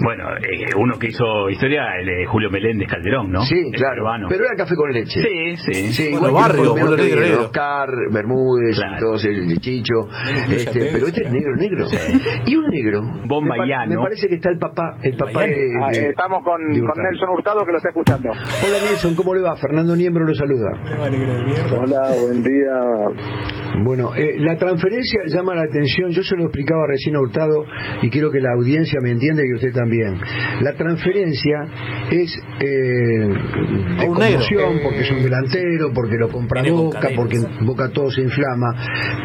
S20: Bueno, eh, uno que hizo historia, el eh, Julio Meléndez Calderón, ¿no?
S19: Sí,
S20: El
S19: claro.
S20: peruano.
S19: Pero era café con leche.
S20: Sí, sí.
S19: Sí,
S20: Bueno,
S19: igual que
S20: barrio,
S19: los colombianos
S20: boludo,
S19: que
S20: negro,
S19: vinieron,
S20: negro.
S19: Oscar, Bermúdez, todos el Chicho. este,
S20: Tengo,
S19: pero este es negro, negro. Y un negro. me, pare-
S20: Bayano.
S19: me parece que está el papá. El papá
S20: Bayano.
S19: de- de-
S20: Ah, eh,
S16: Estamos con,
S19: de
S16: con
S19: Hurtado.
S16: Nelson Hurtado que lo está escuchando.
S19: Hola Nelson, ¿cómo le va? Fernando Niembro lo saluda. Hola, buen día. Bueno, eh, la transferencia llama la atención, yo se lo explicaba recién a Hurtado y quiero que la audiencia me entienda y usted también. La transferencia es eh, de
S12: un negro. Eh,
S19: conmoción, porque es un delantero, porque lo compra
S12: Viene con
S19: Boca,
S12: cadenas.
S19: porque en Boca todo se inflama,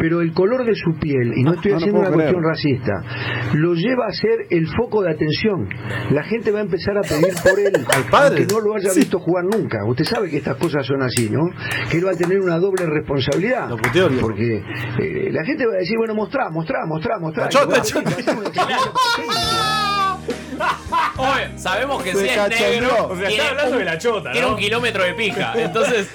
S19: pero el color de su piel, y no estoy
S12: no lo
S19: haciendo
S12: puedo
S19: una
S12: creer.
S19: cuestión racista, lo lleva a ser el foco de atención. La gente va a empezar a pedir por él,
S12: padre.
S19: aunque no lo haya visto jugar nunca. Usted sabe que estas cosas son así, ¿no? Que él va a tener una doble responsabilidad. porque eh, la gente va a decir, bueno, mostrá, mostrá, mostrá, mostrá.
S12: Tachó,
S19: Y bueno,
S12: tachó.
S11: Oye, sabemos que
S14: Se
S11: si es
S14: cachaneó.
S11: negro.
S14: O sea, está
S11: tiene
S14: hablando
S11: un-
S14: de la chota, ¿no?
S11: Tiene un kilómetro de pija. Entonces,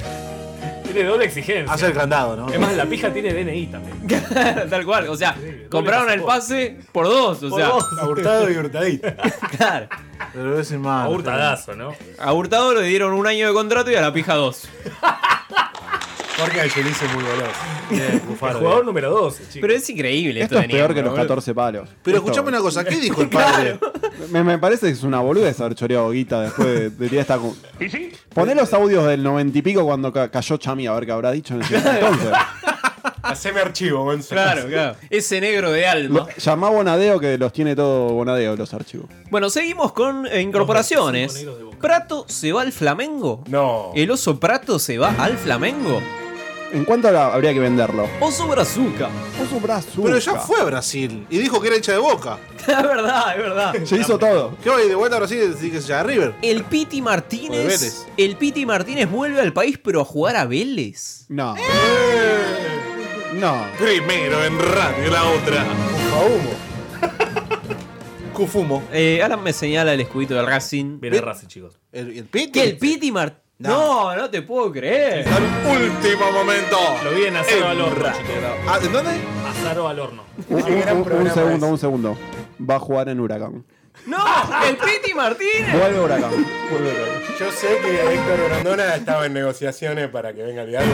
S14: Tiene doble exigencia.
S12: Hace el candado, ¿no?
S14: Es más, la pija tiene DNI también.
S11: tal cual. O sea, compraron el pase por dos. O
S14: Por
S11: sea,
S14: dos. A Hurtado y
S15: hurtadito.
S11: claro.
S12: Pero es más.
S14: A hurtadazo, ¿no?
S11: A Hurtado le dieron un año de contrato y a la pija dos.
S15: Jorge Angelice es muy veloz.
S14: El jugador número 12, chicos.
S11: Pero es increíble
S13: Esto es peor que los 14 palos. Esto- Me, me parece que es una boludez haber choreado guita después de, de tirar esta. cu- Poné los audios del noventa y pico cuando ca- cayó Chami, a ver qué habrá dicho en ese entonces.
S15: Haceme archivo, Gonzalo.
S11: Claro, claro. Ese negro de alma.
S13: Llamá a Bonadeo que los tiene todo Bonadeo los archivos.
S11: Bueno, seguimos con eh, incorporaciones. Prato se va al Flamengo.
S15: No.
S11: El oso Prato se va al Flamengo.
S13: ¿En cuánto habrá- habría que venderlo?
S11: Oso Brazuca.
S13: Oso Brazuca.
S12: Pero ya fue a Brasil y dijo que era hecha de boca.
S11: es verdad, es verdad.
S13: Se hizo todo.
S12: ¿Qué hoy de vuelta a Brasil y decís que se llama River?
S11: El Piti
S12: O de
S11: Martínez.
S12: Vélez.
S11: El Piti Martínez vuelve al país, pero a jugar a Vélez.
S12: Eh.
S13: No. No.
S12: Primero en radio, la otra. Cufumo.
S11: Eh, Alan me señala el escudito del Racing.
S14: Viene Racing, chicos.
S12: ¿El, el Piti?
S11: ¿Qué? ¿El Piti Martínez? No. no, te puedo creer.
S12: Último momento.
S14: Lo vi en Azaro al horno,
S12: Ra-
S14: chicos.
S12: Ah, ¿En dónde?
S14: Azaro al horno.
S13: Un, un- un segundo, un segundo. Va a jugar en Huracán.
S11: ¡No! ¡El Piti Martínez!
S13: Vuelve Huracán.
S15: Yo sé que Héctor Grandona estaba en negociaciones para que venga el diálogo.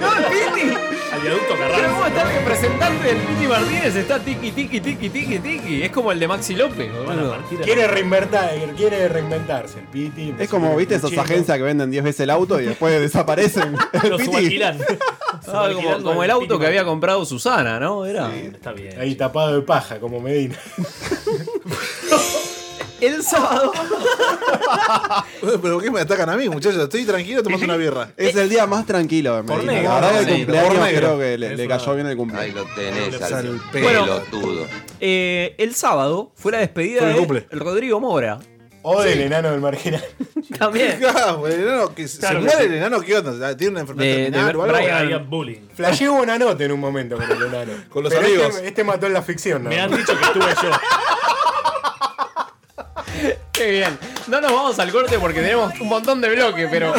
S11: ¡No, el Piti!
S14: Al viaducto
S11: Pero
S14: Carranza.
S11: cómo está el representante del Piti Martínez está tiki tiki tiki tiki tiki. Es como el de Maxi López, boludo.
S15: Quiere reinventar, quiere reinventarse el Piti.
S13: Es como, viste, esas agencias que venden 10 veces el auto y después desaparecen. El Piti.
S11: Ah, como, como el auto que había comprado Susana, ¿no? Era.
S14: Está bien.
S15: Ahí tapado de paja, como Medina.
S11: El sábado.
S12: Pero ¿por qué me atacan a mí, muchachos? Estoy tranquilo tomando una birra.
S13: Es el día más tranquilo de Medina.
S12: negro.
S13: La verdad que el
S12: Sí, por
S13: cumpleaños
S12: negro.
S13: creo que le, le cayó bien el cumpleaños. Ahí
S19: lo
S13: tenés,
S12: al
S11: Bueno. Eh, el sábado fue la despedida
S12: Fue mi
S11: de
S12: cumple.
S11: Rodrigo Mora.
S15: O del enano del marginal.
S11: También.
S12: Claro, el enano que se
S15: Claro.
S12: muere el enano, ¿qué onda? ¿Tiene una enfermedad terminal o algo?
S14: Bullying.
S15: Flasheó Bonanote en un momento con el enano.
S12: Con los
S15: Pero este-
S12: amigos.
S15: Este, mató en la ficción, ¿no?
S14: Me han dicho que estuve yo.
S11: Qué bien. No nos vamos al corte porque tenemos un montón de bloques, pero.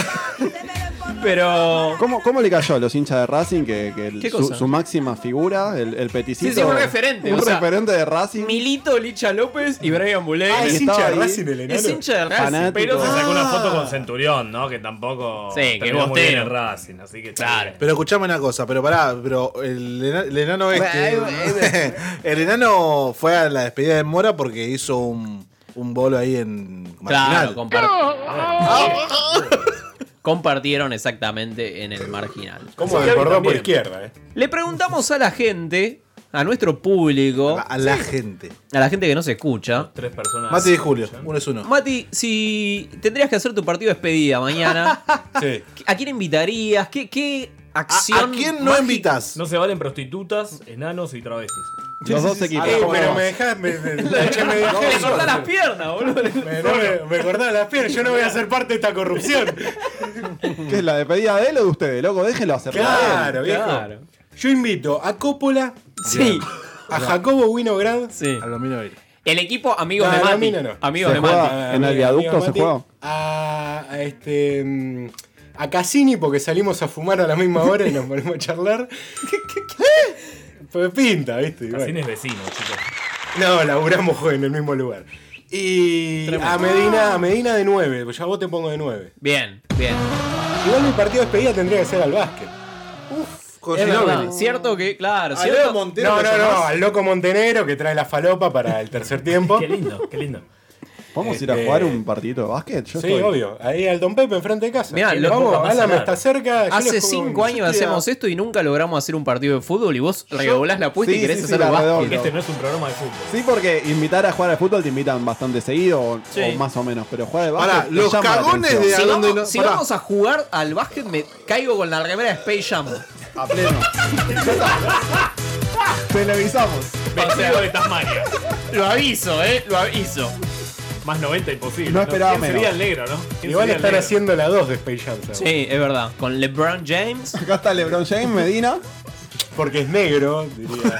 S13: Pero. ¿Cómo, ¿Cómo le cayó a los hinchas de Racing que, que el-
S11: ¿Qué
S13: su,
S11: cosa?
S13: su máxima figura, el, el peticito?
S11: Sí, sí, un referente.
S13: Un
S11: o sea,
S13: referente de Racing.
S11: Milito, Licha López y Brian Buley.
S13: Ah, es hincha de Racing, el
S11: Es
S13: enano.
S11: hincha de Racing.
S13: Fanático.
S11: Pero
S14: Se sacó una
S11: Ah.
S14: foto con Centurión, ¿no? Que tampoco.
S11: Sí, que
S14: terminó muy bien
S11: bostero.
S14: en Racing, así que. Claro.
S12: Pero escuchame una cosa, pero pará, pero el, ena- el enano este. el enano fue a la despedida de Mora porque hizo un, un bolo ahí en Marginal.
S11: Claro, compar- compartieron exactamente en el marginal.
S15: ¿Cómo desbordó por izquierda, eh?
S11: Le preguntamos a la gente, a nuestro público. A
S12: la gente.
S11: A la gente que no se escucha.
S14: Tres personas.
S12: Mati de Julio, uno es uno.
S11: Mati, si tendrías que hacer tu partido de despedida mañana, ¿a quién invitarías? ¿Qué, qué acción? mágica-
S14: No se valen prostitutas, enanos y travestis.
S11: Sí, Los sí, dos sí, Ah, sí. equipos.
S15: Eh,
S12: Ah,
S15: pero me dejás. Me, me, me, eché medio
S14: No,
S15: gesto.
S14: le cortás las
S11: piernas, boludo.
S15: Me, no, me, me cortás las piernas. Yo no voy a ser parte de esta corrupción.
S13: ¿Qué es la despedida de él o de ustedes, loco? Déjenlo hacer.
S15: Claro, viejo. Yo invito a Coppola.
S11: Sí.
S15: A Jacobo Winograd.
S11: Sí.
S12: A Lominovich.
S11: El equipo amigos
S15: No,
S11: de
S15: no,
S11: Mati.
S15: Mina no.
S11: Amigos
S13: Se
S11: de
S13: juega
S11: Mati.
S13: en el viaducto se juega.
S15: A, a este. mm, A Cassini, porque salimos a fumar a la misma hora y nos ponemos a charlar. Pues pinta, ¿viste? Y
S14: Casín
S15: bueno.
S14: es vecino, chicos.
S15: No, laburamos joder, en el mismo lugar. Y a Medina, a Medina de 9, pues ya vos te pongo de 9.
S11: Bien, bien.
S15: Igual mi partido de despedida tendría que ser al básquet. Uf,
S11: Es verdad, cierto que, claro,
S15: Al
S11: cierto.
S15: Leo no, no, no, al loco Montenegro que trae la falopa para el tercer tiempo.
S14: qué lindo, qué lindo.
S13: ¿Vamos a ir a
S15: Este-
S13: jugar un partidito de básquet? Yo
S15: sí,
S13: estoy-
S15: obvio. Ahí al Don Pepe enfrente de casa.
S11: Mirá,
S15: Y
S11: lo-
S15: vamos,
S11: vamos a
S15: Álamo
S11: hablar.
S15: está cerca. yo
S11: Hace
S15: les juego
S11: cinco
S15: un-
S11: años
S15: yo estoy a-
S11: hacemos esto y nunca logramos hacer un partido de fútbol y vos redoblás la apuesta y
S13: Sí,
S11: querés
S13: sí, sí,
S11: hacer
S13: la
S11: básquet.
S13: redoblo.
S14: Este no es un programa de fútbol.
S13: Sí, porque invitar a jugar al fútbol te invitan bastante seguido, o,
S11: Sí.
S13: o más o menos, pero jugar al
S11: Pará,
S13: básquet. te llama la atención.
S11: si vamos, si vamos a jugar al básquet, me caigo con la remera de Space Jam.
S13: A pleno. Televisamos.
S14: Vencido de Tasmania.
S11: Lo aviso, eh, lo aviso.
S14: Más 90 imposible.
S15: No esperaba
S14: ¿Quién Sería el
S15: menos.
S14: negro, ¿no? ¿Quién sería
S15: Igual
S14: el
S15: están
S14: negro?
S15: haciendo la 2 de Space Jam. ¿sabes?
S11: Sí, es verdad. Con LeBron James.
S13: Acá está LeBron James, Medina.
S15: Porque es negro, diría.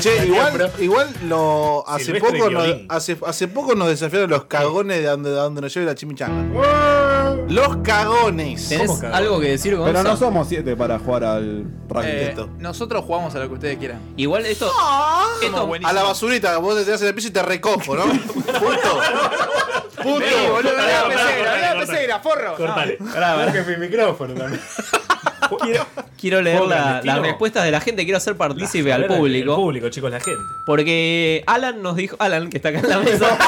S12: Che, igual, igual lo, hace,
S15: Silvestre
S12: poco nos,
S15: Violín.
S12: hace, hace poco nos desafiaron los cagones de donde, de donde nos lleve la chimichanga. Los cagones.
S11: ¿Tenés algo que decir,
S13: Pero no
S11: Gonza?
S13: somos siete para jugar al
S7: Eh,
S13: raqueteto.
S7: nosotros jugamos a lo que ustedes quieran.
S11: Igual esto.
S7: esto
S12: a la basurita, vos te das en el piso y te recojo, ¿no?
S11: Puto,
S12: boludo,
S11: la
S12: pecera,
S11: la
S12: pecera, forro.
S14: Cortale.
S15: Porque es mi micrófono también.
S11: Quiero leer
S14: Pongan
S11: la-
S14: el tiro.
S11: las respuestas de la gente, quiero hacer partícipe al
S14: A ver, el-
S11: público.
S14: El público, chicos, la gente.
S11: Porque Alan nos dijo, Alan, que está acá en la mesa,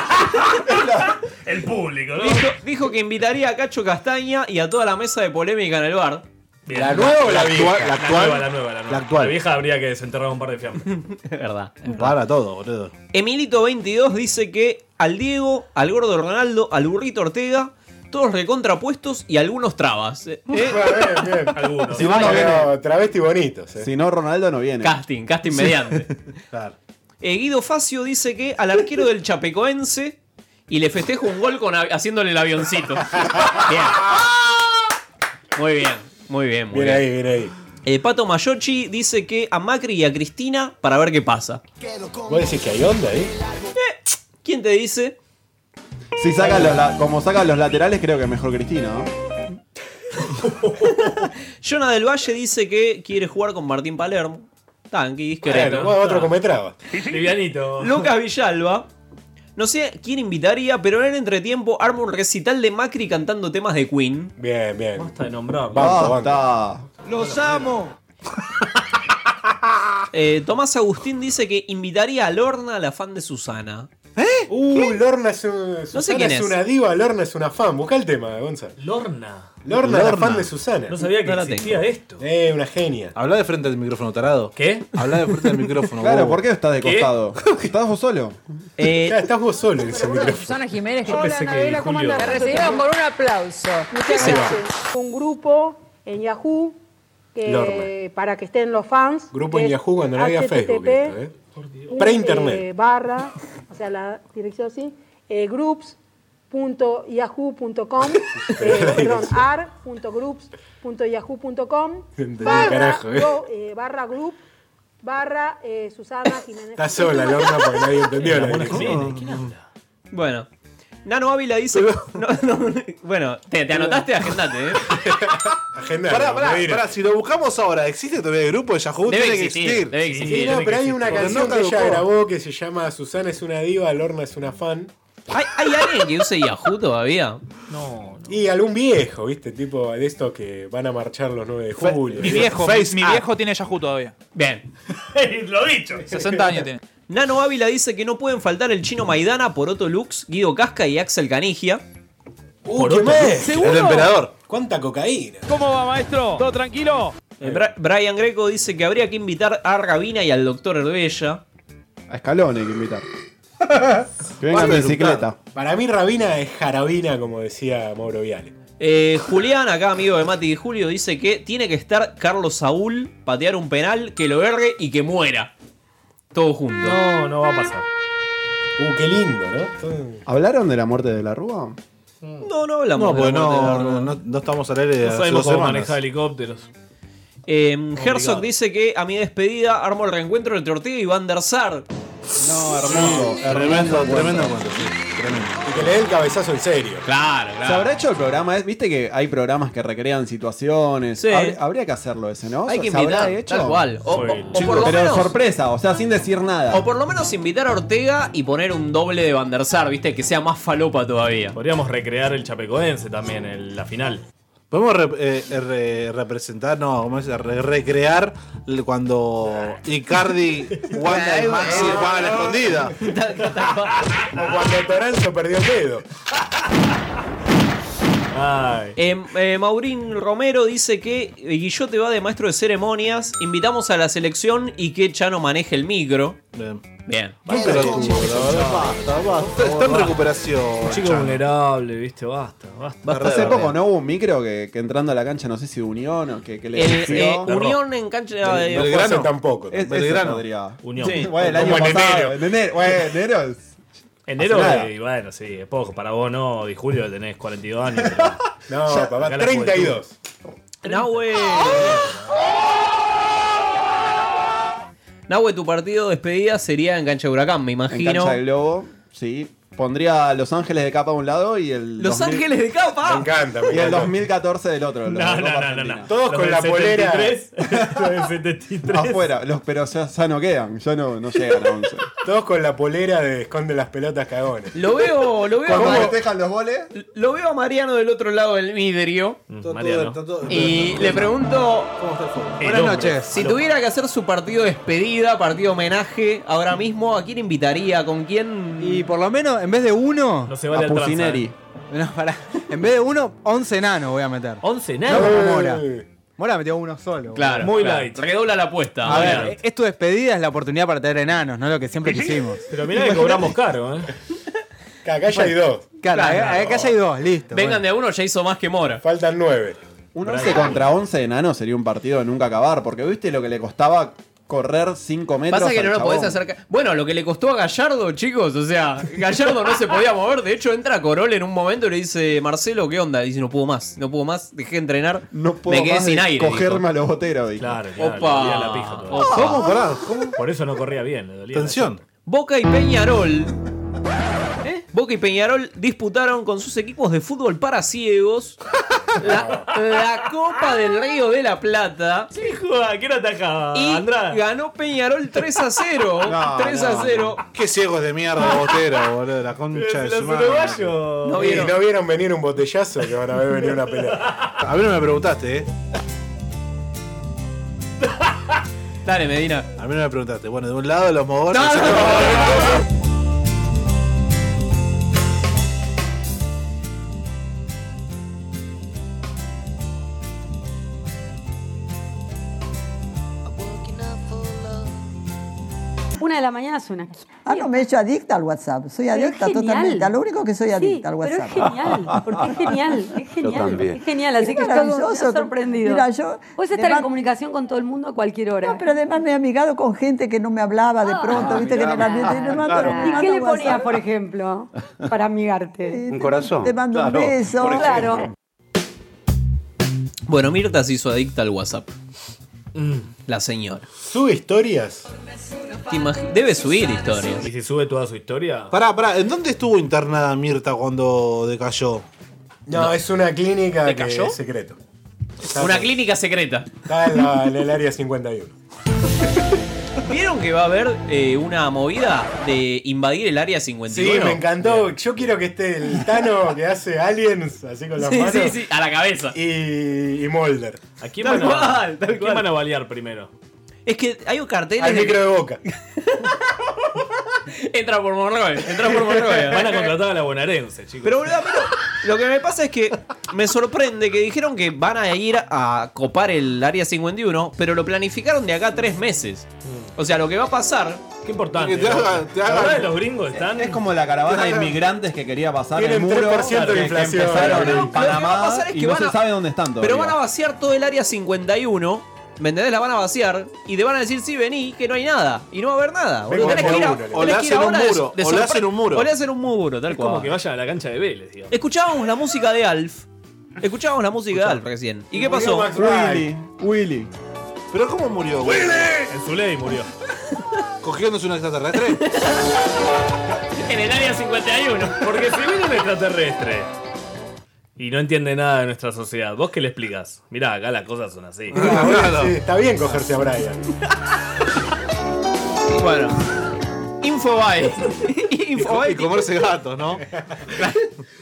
S14: El público, ¿no?
S11: dijo, dijo que invitaría a Cacho Castaña y a toda la mesa de polémica en el bar.
S14: Bien.
S11: ¿La nueva o la vieja?
S14: actual- La,
S11: La actual.
S14: nueva, la nueva, la nueva.
S11: La actual.
S14: La vieja habría que desenterrar un par de fiambres.
S11: Es verdad.
S12: Para todo, boludo.
S11: Emilito22 dice que al Diego, al Gordo Ronaldo, al Burrito Ortega, todos recontrapuestos y algunos trabas. Eh, eh,
S15: Bueno, bien, bien.
S14: Algunos.
S15: Si no, pero travesti bonitos. eh.
S13: Si no, Ronaldo no viene.
S11: Casting, casting mediante. Eh, Guido Facio dice que al arquero del Chapecoense y le festejo un gol con av- haciéndole el avioncito. Bien. Muy bien, muy bien, muy bien.
S15: Bien ahí, bien ahí.
S11: Eh, Pato Mayochi dice que a Macri y a Cristina para ver qué pasa. Eh,
S15: ¿Vos decís que hay onda ahí?
S11: ¿Quién te dice?
S13: Si sacan los, la- como sacan los laterales, creo que es mejor Cristina, ¿no?
S11: Jonah del Valle dice que quiere jugar con Martín Palermo. Tanqui, es
S15: Bueno, vos otro cometraba.
S14: Livianito.
S11: Lucas Villalba. No sé quién invitaría, pero en el entretiempo arma un recital de Macri cantando temas de Queen.
S15: Bien, bien.
S14: Basta de nombrar.
S11: Banco,
S13: Basta.
S11: ¡Los amo! Eh, Tomás Agustín dice que invitaría a Lorna, la fan de Susana.
S15: Uh, Lorna es, un- Susana
S11: quién es.
S15: una diva, Lorna es una fan. Busca el tema, Gonzalo.
S14: Lorna.
S15: Lorna,
S12: Lorna.
S15: la fan de Susana.
S14: No sabía que
S12: No la
S14: existía
S12: tengo.
S14: esto.
S15: Eh, una genia.
S12: Habla de frente al micrófono, tarado.
S14: ¿Qué?
S12: Habla de frente al micrófono.
S13: Claro,
S12: bobo.
S13: ¿por qué estás de
S12: ¿Qué? Eh,
S13: costado? ¿Estás vos solo?
S15: Ya estás vos solo en ese micrófono.
S21: Susana Jiménez,
S13: Yo pensé que Julio-
S21: Te recibieron con un aplauso.
S22: Muchas
S15: Sí.
S22: gracias. Un grupo en Yahoo que-
S15: Lorna.
S22: para que estén los fans.
S15: Grupo
S22: que
S15: en
S22: es
S15: Yahoo cuando no había
S22: HTTP,
S15: Facebook. esto, ¿eh?
S22: un,
S15: Pre-internet.
S22: eh, barra, o sea, la dirección así, eh, groups.yahoo.com, eh, perdón, ar.groups.yahoo.com,
S15: Entendí,
S22: barra,
S15: carajo, eh.
S22: go- eh, barra group, barra eh, Susana Jiménez.
S15: Está sola, Lorna, porque nadie entendió la
S11: Bueno, Nano Ávila dice. no, no, bueno, te, te anotaste, agendate, ¿eh?
S12: Pará, pará, pará, si lo buscamos ahora, ¿existe todavía el grupo de Yahoo?
S11: Debe
S12: Tiene
S11: existir,
S12: que existir.
S11: debe
S15: Sí, no, pero hay una
S12: Porque
S15: canción
S12: no
S15: que ella
S12: caducó.
S15: grabó que se llama Susana es una diva, Lorna es una fan.
S11: ¿Hay, hay alguien que use Yahoo todavía?
S15: No, Y algún viejo, ¿viste? Tipo de estos que van a marchar los 9 de julio. Ah,
S7: Mi viejo, mi viejo tiene Yahoo todavía.
S11: Bien.
S14: Lo dicho.
S7: 60 años tiene.
S11: Nano Ávila dice que no pueden faltar el chino Maidana, Poroto Lux, Guido Casca y Axel Canigia.
S15: Uh, ¿qué más?
S11: ¿Seguro?
S15: ¿Cuánta cocaína?
S11: ¿Cómo va, maestro? ¿Todo tranquilo? Eh, Brian Greco dice que habría que invitar a Argavina y al doctor Herbella.
S13: A Escalone hay que invitar. Que venga en bicicleta.
S15: Para mí, Rabina es jarabina, como decía Mauro Viale.
S11: Eh, Julián, acá amigo de Mati y Julio, dice que tiene que estar Carlos Saúl, patear un penal, que lo erre y que muera. Todo junto.
S14: No, no va a pasar.
S15: Uh, qué lindo, ¿no?
S13: ¿Hablaron de la muerte de la Rúa?
S11: No, no hablamos.
S12: No, porque
S11: de la muerte de
S12: no,
S11: Argavina.
S12: no, no- no estamos al aire.
S11: No
S12: hace
S11: sabemos
S12: dos
S11: cómo
S12: semanas.
S11: maneja
S14: helicópteros.
S11: Eh, Herzog dice que a mi despedida armo el reencuentro entre Ortega y Van der Sar.
S13: No, hermoso.
S12: Tremendo, tremendo cuento, sí.
S15: Y que le dé el cabezazo en serio.
S11: Claro,
S13: ¿Se habrá hecho el programa? Es- Viste que hay programas que recrean situaciones.
S11: Sí.
S13: Habr- Habría que hacerlo ese, ¿no?
S11: Hay que
S13: ¿Se habrá
S11: invitar,
S13: hecho?
S11: tal cual. O- o- o por lo
S13: pero
S11: menos-
S13: sorpresa, o sea, sin decir nada.
S11: O por lo menos invitar a Ortega y poner un doble de Van der Sar, viste, que sea más falopa todavía.
S14: Podríamos recrear el chapecoense también, el- la final.
S12: Podemos re- eh, re- representar, no, ¿cómo es? Re- recrear el- cuando Icardi, Wanda y Maxi van a la escondida.
S15: Como cuando Toranzo perdió el dedo.
S11: Eh, eh, Maurín Romero dice que Guillote va de maestro de ceremonias, invitamos a la selección y que Chano maneje el micro.
S12: Bien.
S11: Bien.
S12: Qué pelotudo, la verdad. Está en recuperación.
S14: Chico
S12: Chan.
S14: vulnerable, viste, basta, basta.
S13: Hasta hace poco no hubo un micro que, que entrando a la cancha, no sé si de Unión o que, que le
S11: El,
S13: venció.
S11: eh, Unión en cancha eh, de
S13: Del- Belgrano. Es- ese
S14: Belgrano.
S13: podría.
S14: Unión.
S13: Sí. Bueno, el
S14: Como
S13: año
S14: en
S13: pasado.
S14: enero.
S13: En enero. Bueno, enero es-
S14: Enero,
S13: hace nada.
S14: y bueno, sí, es poco. Para vos no, y Julio tenés 42 años.
S15: No, papá, 32.
S11: Nahue. Nahue, tu partido de despedida sería en cancha de huracán, me
S13: En
S11: imagino.
S13: cancha de globo, sí. Pondría Los Ángeles de capa a un lado y el.
S11: Los
S13: 2000
S11: Ángeles de Capa.
S13: Me encanta, Y el 2014 del otro.
S14: No, no, no, no, no.
S13: Todos
S14: Los
S13: con
S14: del
S13: la polera.
S14: 73,
S15: Ah.
S14: los del 73.
S13: Afuera, los, pero ya, ya no quedan, ya no, no llegan a 11.
S15: Todos con la polera de esconde las pelotas cagones.
S11: Lo veo, lo veo.
S13: Cuando
S11: como-
S13: festejan los goles,
S11: Lo veo a Mariano del otro lado del vidrio.
S13: Mariano. está todo-
S11: y le pregunto.
S13: Buenas hombre. noches.
S11: Si
S13: Loco.
S11: tuviera que hacer su partido de despedida, partido homenaje, ahora mismo, ¿a quién invitaría? ¿Con quién?
S1: Y por lo menos, en vez de uno. No
S14: se vale al tranza, eh.
S1: No, pará. En vez de uno, 11 nanos voy a meter.
S14: ¿11
S1: nanos? No, como Mora. Mora metió uno solo.
S11: Claro.
S1: boludo.
S11: claro. Redobla la apuesta.
S1: A
S11: Mariano.
S1: ver, es tu despedida, es la oportunidad para traer enanos, no lo que siempre quisimos.
S14: Pero mirá que cobramos caro, ¿eh?
S15: Acá ya hay dos.
S1: Claro, acá- acá ya hay dos, listo.
S11: eh, Vengan de a uno, ya hizo más que Mora.
S15: Faltan nueve.
S13: Un 11 contra 11 de nano sería un partido de nunca acabar, porque viste lo que le costaba correr 5 metros.
S11: Pasa que
S13: al
S11: no lo
S13: chabón.
S11: podés hacer. ca- Bueno, lo que le costó a Gallardo, chicos, o sea, Gallardo no se podía mover. De hecho, entra Corol en un momento y le dice, Marcelo, ¿qué onda? Dice, no puedo más, no puedo más, dejé de entrenar.
S13: No puedo
S11: me quedé
S13: más
S11: sin
S13: de
S11: aire.
S13: cogerme
S11: dijo.
S13: a los boteros. dijo.
S14: Claro, claro.
S11: Opa.
S14: le dolía la pija todavía.
S11: Opa. ¿Cómo? Pará,
S14: Por eso no corría bien, le dolía. la
S12: Tensión.
S11: Boca y Peñarol.
S14: ¿Eh?
S11: Boca y Peñarol disputaron con sus equipos de fútbol para ciegos la, la Copa del Río de la Plata.
S14: ¿Qué jugada? ¿Qué no atajaba?
S11: Y
S14: Andrada.
S11: ganó Peñarol 3 a 0.
S12: No,
S11: 3 a
S12: no.
S11: 0.
S12: Qué ciegos de mierda, botero, boludo. La concha de su madre.
S15: No vieron. no vieron venir un botellazo que van a ver venir una pelota.
S12: A mí no me preguntaste, ¿eh?
S11: Dale, Medina.
S12: A mí no me preguntaste. Bueno, de un lado los mogotes.
S2: Una de la mañana es una. Ah, no, me he hecho adicta al WhatsApp. Soy
S23: Pero es
S2: adicta
S23: genial.
S2: totalmente. A lo único que soy
S23: Sí,
S2: adicta al
S23: pero es
S2: WhatsApp.
S23: genial, porque es genial, es genial.
S2: también.
S23: Es genial, así
S2: Es
S23: que estamos
S2: maravilloso.
S23: sorprendidos.
S2: Mira, yo-
S23: Puedes estar
S2: además-
S23: en comunicación con todo el mundo a cualquier hora. Ah.
S2: No, pero además me he amigado con gente que no me hablaba de pronto, viste que me cambié de
S23: ¿Y
S2: Ah,
S23: qué le ponías, por ejemplo, para amigarte?
S2: Un corazón. Te mando
S11: Claro,
S2: un beso.
S11: por ejemplo.
S2: Claro.
S11: Bueno,
S14: Mm.
S11: Mirta se hizo adicta al WhatsApp. La señora.
S15: Sube historias
S11: Te imag- Debe subir historias.
S12: ¿Y si sube toda su historia? Pará, pará, ¿en dónde estuvo internada Mirta cuando decayó?
S15: No, es una clínica que
S12: cayó?
S15: es secreto.
S11: Una clínica secreta.
S15: Está en, la- en el área 51.
S11: ¿Vieron que va a haber eh, una movida de invadir el área
S15: Sí,
S11: 51?
S15: me encantó. Yo quiero que esté el Tano que hace Aliens, así con las
S11: Sí,
S15: manos.
S11: sí, sí, a la cabeza.
S15: Y, y Molder.
S14: ¿A quién, van a, ¿a quién van a balear primero?
S11: Es que hay un cartel.
S15: Al micro de boca.
S11: Entra por Monroe. Entra por Monroe.
S14: Van a contratar a la bonaerense, chicos.
S11: Pero boludo, a mí lo, lo que me pasa es que me sorprende que dijeron que van a ir a copar el área 51, pero lo planificaron de acá a tres meses.
S13: Mm.
S11: O sea, lo que va a pasar.
S14: Qué importante.
S13: Que te haga- te haga- La verdad, los
S14: gringos están.
S13: Es como la caravana de inmigrantes que quería pasar
S11: Tienen
S13: el muro.
S11: 3%
S13: que-
S11: de
S13: que
S11: inflación.
S13: empezaron
S11: Pero lo
S13: en
S11: que va a
S13: Panamá
S11: pasar es
S13: y
S11: que
S13: no
S11: van
S13: se
S11: a-
S13: sabe dónde están todavía.
S11: Pero van a vaciar todo el área 51. ¿Me entendés? La van a vaciar y te van a decir, sí, vení, que no hay nada. Y no va a haber nada. boludo.
S14: Vengo
S11: Tenés
S14: por
S11: que ir a-
S14: uno, le-
S11: tenés
S14: o le
S11: que ir
S14: hacen un
S11: ahora de-
S14: muro,
S11: de
S14: o le
S11: sorpre-
S14: hacen un muro.
S11: O le hacen un muro, tal
S14: Es como
S11: cual.
S14: que vayan a la cancha de Vélez, digamos.
S11: Escuchábamos la música de Alf. Escuchábamos la música de Alf recién. ¿Y qué pasó?
S13: Willy.
S12: ¿Pero cómo murió? Willy.
S14: En su ley murió.
S12: ¿Cogiéndose un extraterrestre?
S11: En el área 51.
S14: Porque si viene un extraterrestre y no entiende nada de nuestra sociedad, ¿vos qué le explicas? Mirá, acá las cosas son así.
S15: Ah,
S13: Ah,
S15: Sí, está bien cogerse a Brian.
S11: Bueno. Infobae. Infobae.
S12: Y comerse gatos, ¿no?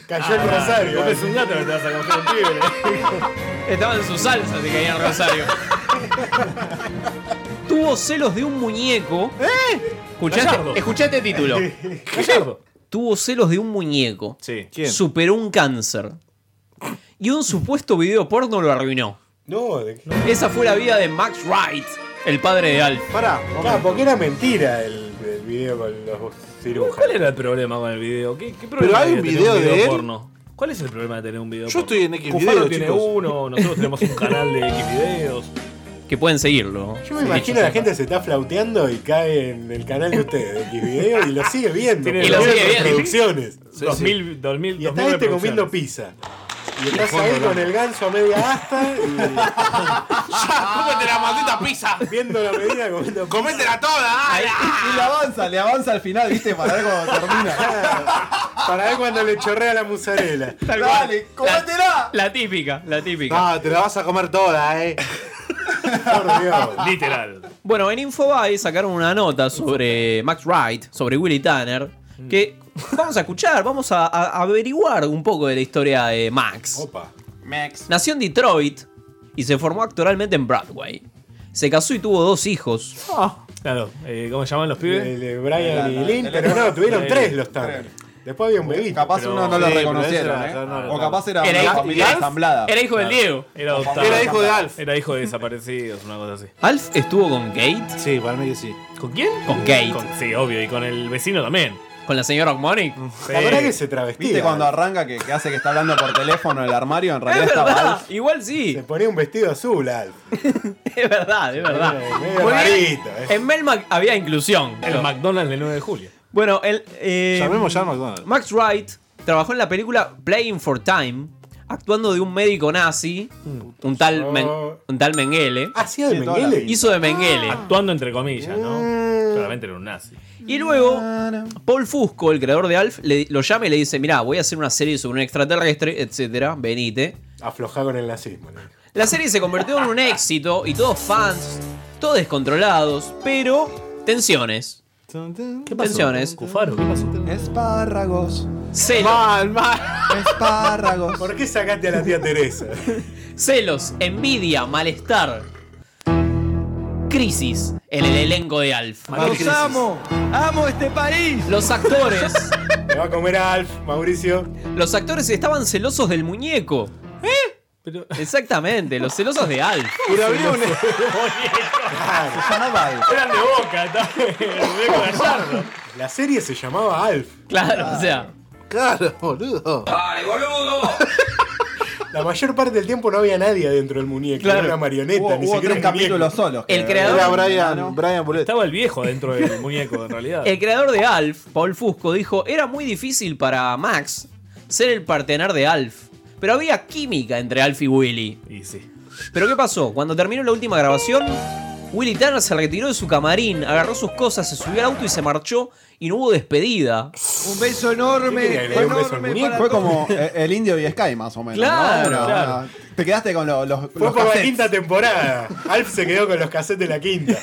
S15: Cayó el Rosario.
S14: Comes Ah, un gato que te vas a coger un pibe.
S11: Estaba en su salsa si caía en Rosario. Tuvo celos de un muñeco. ¿Eh?
S14: Gallardo.
S11: ¿Escuchaste, escuchaste el título.
S14: Gallardo.
S11: Tuvo celos de un muñeco.
S14: Sí.
S11: Superó un cáncer. Y un supuesto video porno lo arruinó.
S15: No, de qué.
S11: Esa fue la vida de Max Wright, el padre de Alf.
S12: Pará,
S15: Claro, porque era mentira el, el video con los cirujanos.
S14: ¿Cuál era el problema con el video? ¿Qué, qué problema
S15: Pero hay
S14: había
S15: un
S14: tener
S15: video de él.
S14: porno? ¿Cuál es el problema de tener un video
S12: Yo
S14: porno?
S12: estoy en Xvideo,
S14: Cufaro tiene
S12: chicos.
S14: uno, nosotros tenemos un canal de Xvideos.
S11: Que pueden seguirlo.
S15: Yo me imagino la gente se está flauteando y cae en el canal de ustedes, de Xvideo, y lo sigue viendo.
S14: Tiene
S15: porque
S14: lo sigue
S15: tiene
S14: viendo.
S15: Producciones.
S14: 2000, 2000,
S15: Y está este comiendo
S14: pizza.
S15: pizza. Y estás
S14: fondo,
S15: ahí
S14: ¿no?
S15: con el ganso a media asta y
S12: ¡Cómete la maldita pizza!
S15: viendo la medida comiendo
S12: ¡Cométela toda!
S13: Y le avanza, le avanza al final, ¿viste? Para ver cómo termina.
S15: para ver cuando le chorrea la mozzarella.
S13: Dale,
S11: cómetela. La típica, la típica.
S12: Ah, te la vas a comer toda, eh.
S14: Literal.
S11: Bueno, en Infobae sacaron una nota sobre Max Wright, sobre Willy Tanner, que
S14: Mm.
S11: vamos a escuchar, vamos a, a- a averiguar un poco de la historia de Max.
S15: Opa.
S13: Max.
S11: Nació en Detroit y se formó actoralmente en Broadway. Se casó y tuvo dos hijos.
S14: Claro, eh, ¿cómo se llaman los pibes?
S15: El de Brian y Lynn, pero no, tuvieron tres los Tanner. Después había un bebito.
S13: Capaz uno no lo reconocieron, ¿eh? O capaz era una familia ensamblada.
S14: Claro. Era adoptado.
S13: Era hijo de Alf.
S14: Era hijo de desaparecidos, una cosa así.
S11: ¿Alf estuvo con Kate?
S12: Sí, para mí que sí.
S14: ¿Con quién?
S11: Con Kate.
S14: sí, obvio, y con el vecino también.
S11: ¿Con la señora Ogmonic?
S13: La verdad que
S15: se travestía.
S13: ¿Viste cuando arranca que, que hace que está hablando por teléfono en el armario? En realidad estaba Alf.
S11: Igual sí. Se
S15: ponía un vestido azul, Alf.
S11: Es verdad, es verdad.
S15: medio
S11: Muy bien.
S15: rarito, eh.
S11: En Melmac había inclusión.
S14: El McDonald's del 9 de julio.
S11: Bueno, el. eh,
S14: Llamemos ya al
S11: Max Wright trabajó en la película Playing for Time, actuando de un médico nazi, un tal, Men- un tal Mengele.
S15: ¿Hacía
S14: Mm. Ah, de Mengele?
S11: Hizo de Mengele.
S14: Actuando entre comillas, ¿no? Claramente era un nazi.
S11: Y luego, Paul Fusco, el creador de Alf, le- lo llama y le dice: Mirá, voy a hacer una serie sobre un extraterrestre, etcétera, venite.
S15: Aflojá con el nazismo. ¿no?
S11: La serie se convirtió en un éxito y todos fans, todos descontrolados, pero tensiones.
S14: ¿Qué
S13: pasó?
S11: Tensiones.
S14: Cufaro, ¿qué pasó?
S13: Espárragos.
S11: Celos.
S13: Mal, mal. Espárragos.
S15: ¿Por qué sacaste a la tía Teresa?
S11: Celos, envidia, malestar. Crisis en el elenco de Alf.
S15: Los amo,
S11: amo este país. Los actores.
S15: Me va a comer a Alf, Mauricio.
S11: Los actores estaban celosos del muñeco. ¿Eh? Exactamente, los celosos de Alf.
S14: Y lo abrió un-
S13: Se llamaba Alf.
S14: Eran de boca, está el viejo Gallardo.
S15: La serie se llamaba Alf.
S11: Claro, o sea.
S12: Claro, boludo.
S15: La mayor parte del tiempo no había nadie adentro del muñeco.
S12: Claro.
S15: Era una marioneta,
S12: Hubo-
S15: ni
S12: hubo
S15: siquiera
S12: tres
S15: un muñeco.
S12: capítulos solos, El creo. creador- Era Brian- Brian
S14: Estaba el viejo dentro del muñeco, en realidad.
S11: El creador de Alf, Paul Fusco, dijo, era muy difícil para Max ser el partener de Alf, pero había química entre Alf y Willy.
S14: Y sí.
S11: Pero ¿qué pasó? Cuando terminó la última grabación, Willy Tanner se retiró de su camarín, agarró sus cosas, se subió al auto y se marchó y no hubo despedida.
S3: Un beso enorme.
S13: Fue,
S3: enorme para
S13: fue
S3: todos.
S13: como eh, el Indio y Sky, más o menos.
S3: Claro,
S13: ¿no? Una-
S3: claro.
S13: una- Te quedaste con lo- los.
S15: Fue
S13: los
S15: por la
S13: cassettes.
S15: quinta temporada. Alf se quedó con los cassettes de la quinta.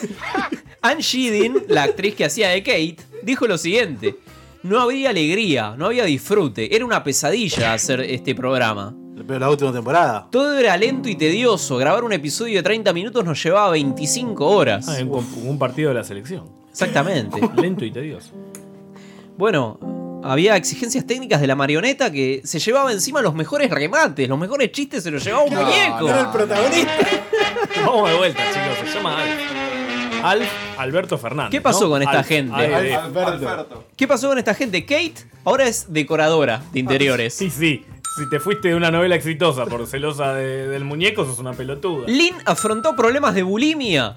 S11: Ann Sheedin, la actriz que hacía de Kate, dijo lo siguiente: No había alegría, no había disfrute, era una pesadilla hacer este programa.
S12: Pero la última temporada.
S11: Todo era lento y tedioso, grabar un episodio de 30 minutos nos llevaba 25 horas.
S14: Ah, en com- un partido de la selección.
S11: Exactamente.
S14: Lento y tedioso.
S11: Bueno, había exigencias técnicas de la marioneta que se llevaba encima los mejores remates, los mejores chistes se los llevaba un
S14: No,
S11: muñeco.
S14: no, Era el
S11: protagonista.
S14: Vamos de vuelta, chicos. Se llama Alf. Alf Alberto Fernández.
S11: ¿Qué pasó
S14: ¿no?
S11: con esta
S14: Alf-
S11: gente?
S14: ADF.
S11: Alf- ¿Qué pasó con esta gente? Kate ahora es decoradora de interiores.
S14: Ah, Sí, sí. Si te fuiste de una novela exitosa por celosa de- del muñeco, sos una pelotuda.
S11: Lynn afrontó problemas de bulimia.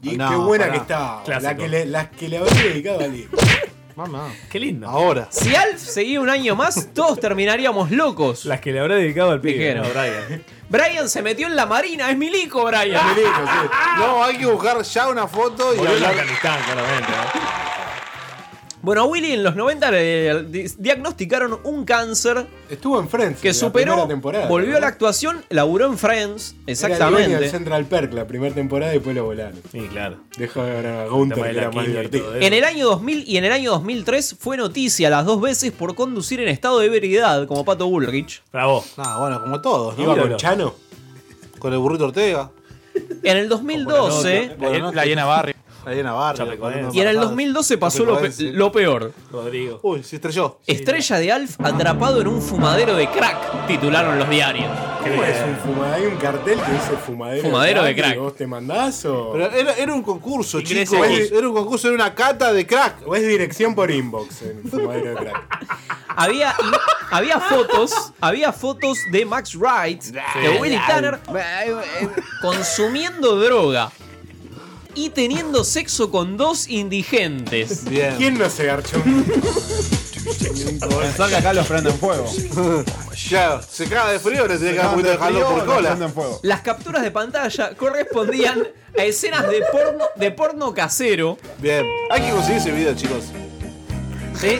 S15: Y qué buena
S14: Ah, pará.
S15: que está. La
S14: Clásico.
S15: que le, las que le habría dedicado a Lee.
S14: Mamá. Qué lindo.
S12: Ahora.
S11: Si Alf seguía un año más, todos terminaríamos locos. Las
S14: que le habrá dedicado al
S11: pibe.
S14: no, Brian.
S11: Brian se metió en la marina, es milico, Brian.
S12: No, hay que buscar ya una foto y
S14: Volvió a
S12: hablar.
S14: Afganistán, claramente.
S15: ¿eh?
S14: ¿no?
S11: Bueno, a Willy en los 90 le di- diagnosticaron un cáncer.
S15: Estuvo en Friends.
S11: Que
S15: en la
S11: superó.
S15: primera temporada,
S11: volvió a
S15: ¿no?
S11: la actuación, laburó en Friends.
S15: Era el dueño del
S11: Exactamente.
S15: Central Perk la primera temporada y después lo volaron.
S14: Sí, claro.
S15: Dejó de ver a
S14: El
S15: Gunther,
S14: tema
S15: que
S14: de
S15: era
S14: la
S15: más
S14: quimio y
S15: divertido.
S11: En el año 2000 y en el año 2003 fue noticia las dos veces por conducir en estado de ebriedad, como Pato Bullrich.
S14: Bravo.
S12: Ah, bueno, como todos. ¿no?
S11: ¿Iba con
S12: Chano? ¿Con el burrito Ortega?
S11: En el 2012.
S12: La
S14: Llena Barrio.
S12: La Llena Barrio. con-
S11: Y en el 2012 pasó lo, pe- lo peor.
S14: Rodrigo.
S12: Uy, se estrelló.
S11: Estrella de Alf atrapado en un fumadero de crack, titularon los diarios.
S15: ¿Cómo es un fumadero? Hay un cartel que dice fumadero.
S11: Fumadero de crack.
S15: ¿Y ¿Vos te mandás o.?
S12: Pero era, era un concurso,
S15: crees
S12: chicos.
S15: que-
S12: Era un concurso, era una cata de crack.
S15: O es dirección por inbox eh. en fumadero de crack.
S11: Había, había fotos, había fotos de Max Wright, de Willy Tanner, consumiendo droga y teniendo sexo con dos indigentes.
S15: ¿Quién no se garchó?
S13: Pensá que acá los prenden fuego.
S12: Ya, se caga de frío, le tenés que dar un poquito de calor por cola.
S11: Las capturas de pantalla correspondían a escenas de porno, de porno casero.
S12: Bien, hay que conseguir ese video, chicos.
S11: ¿sí?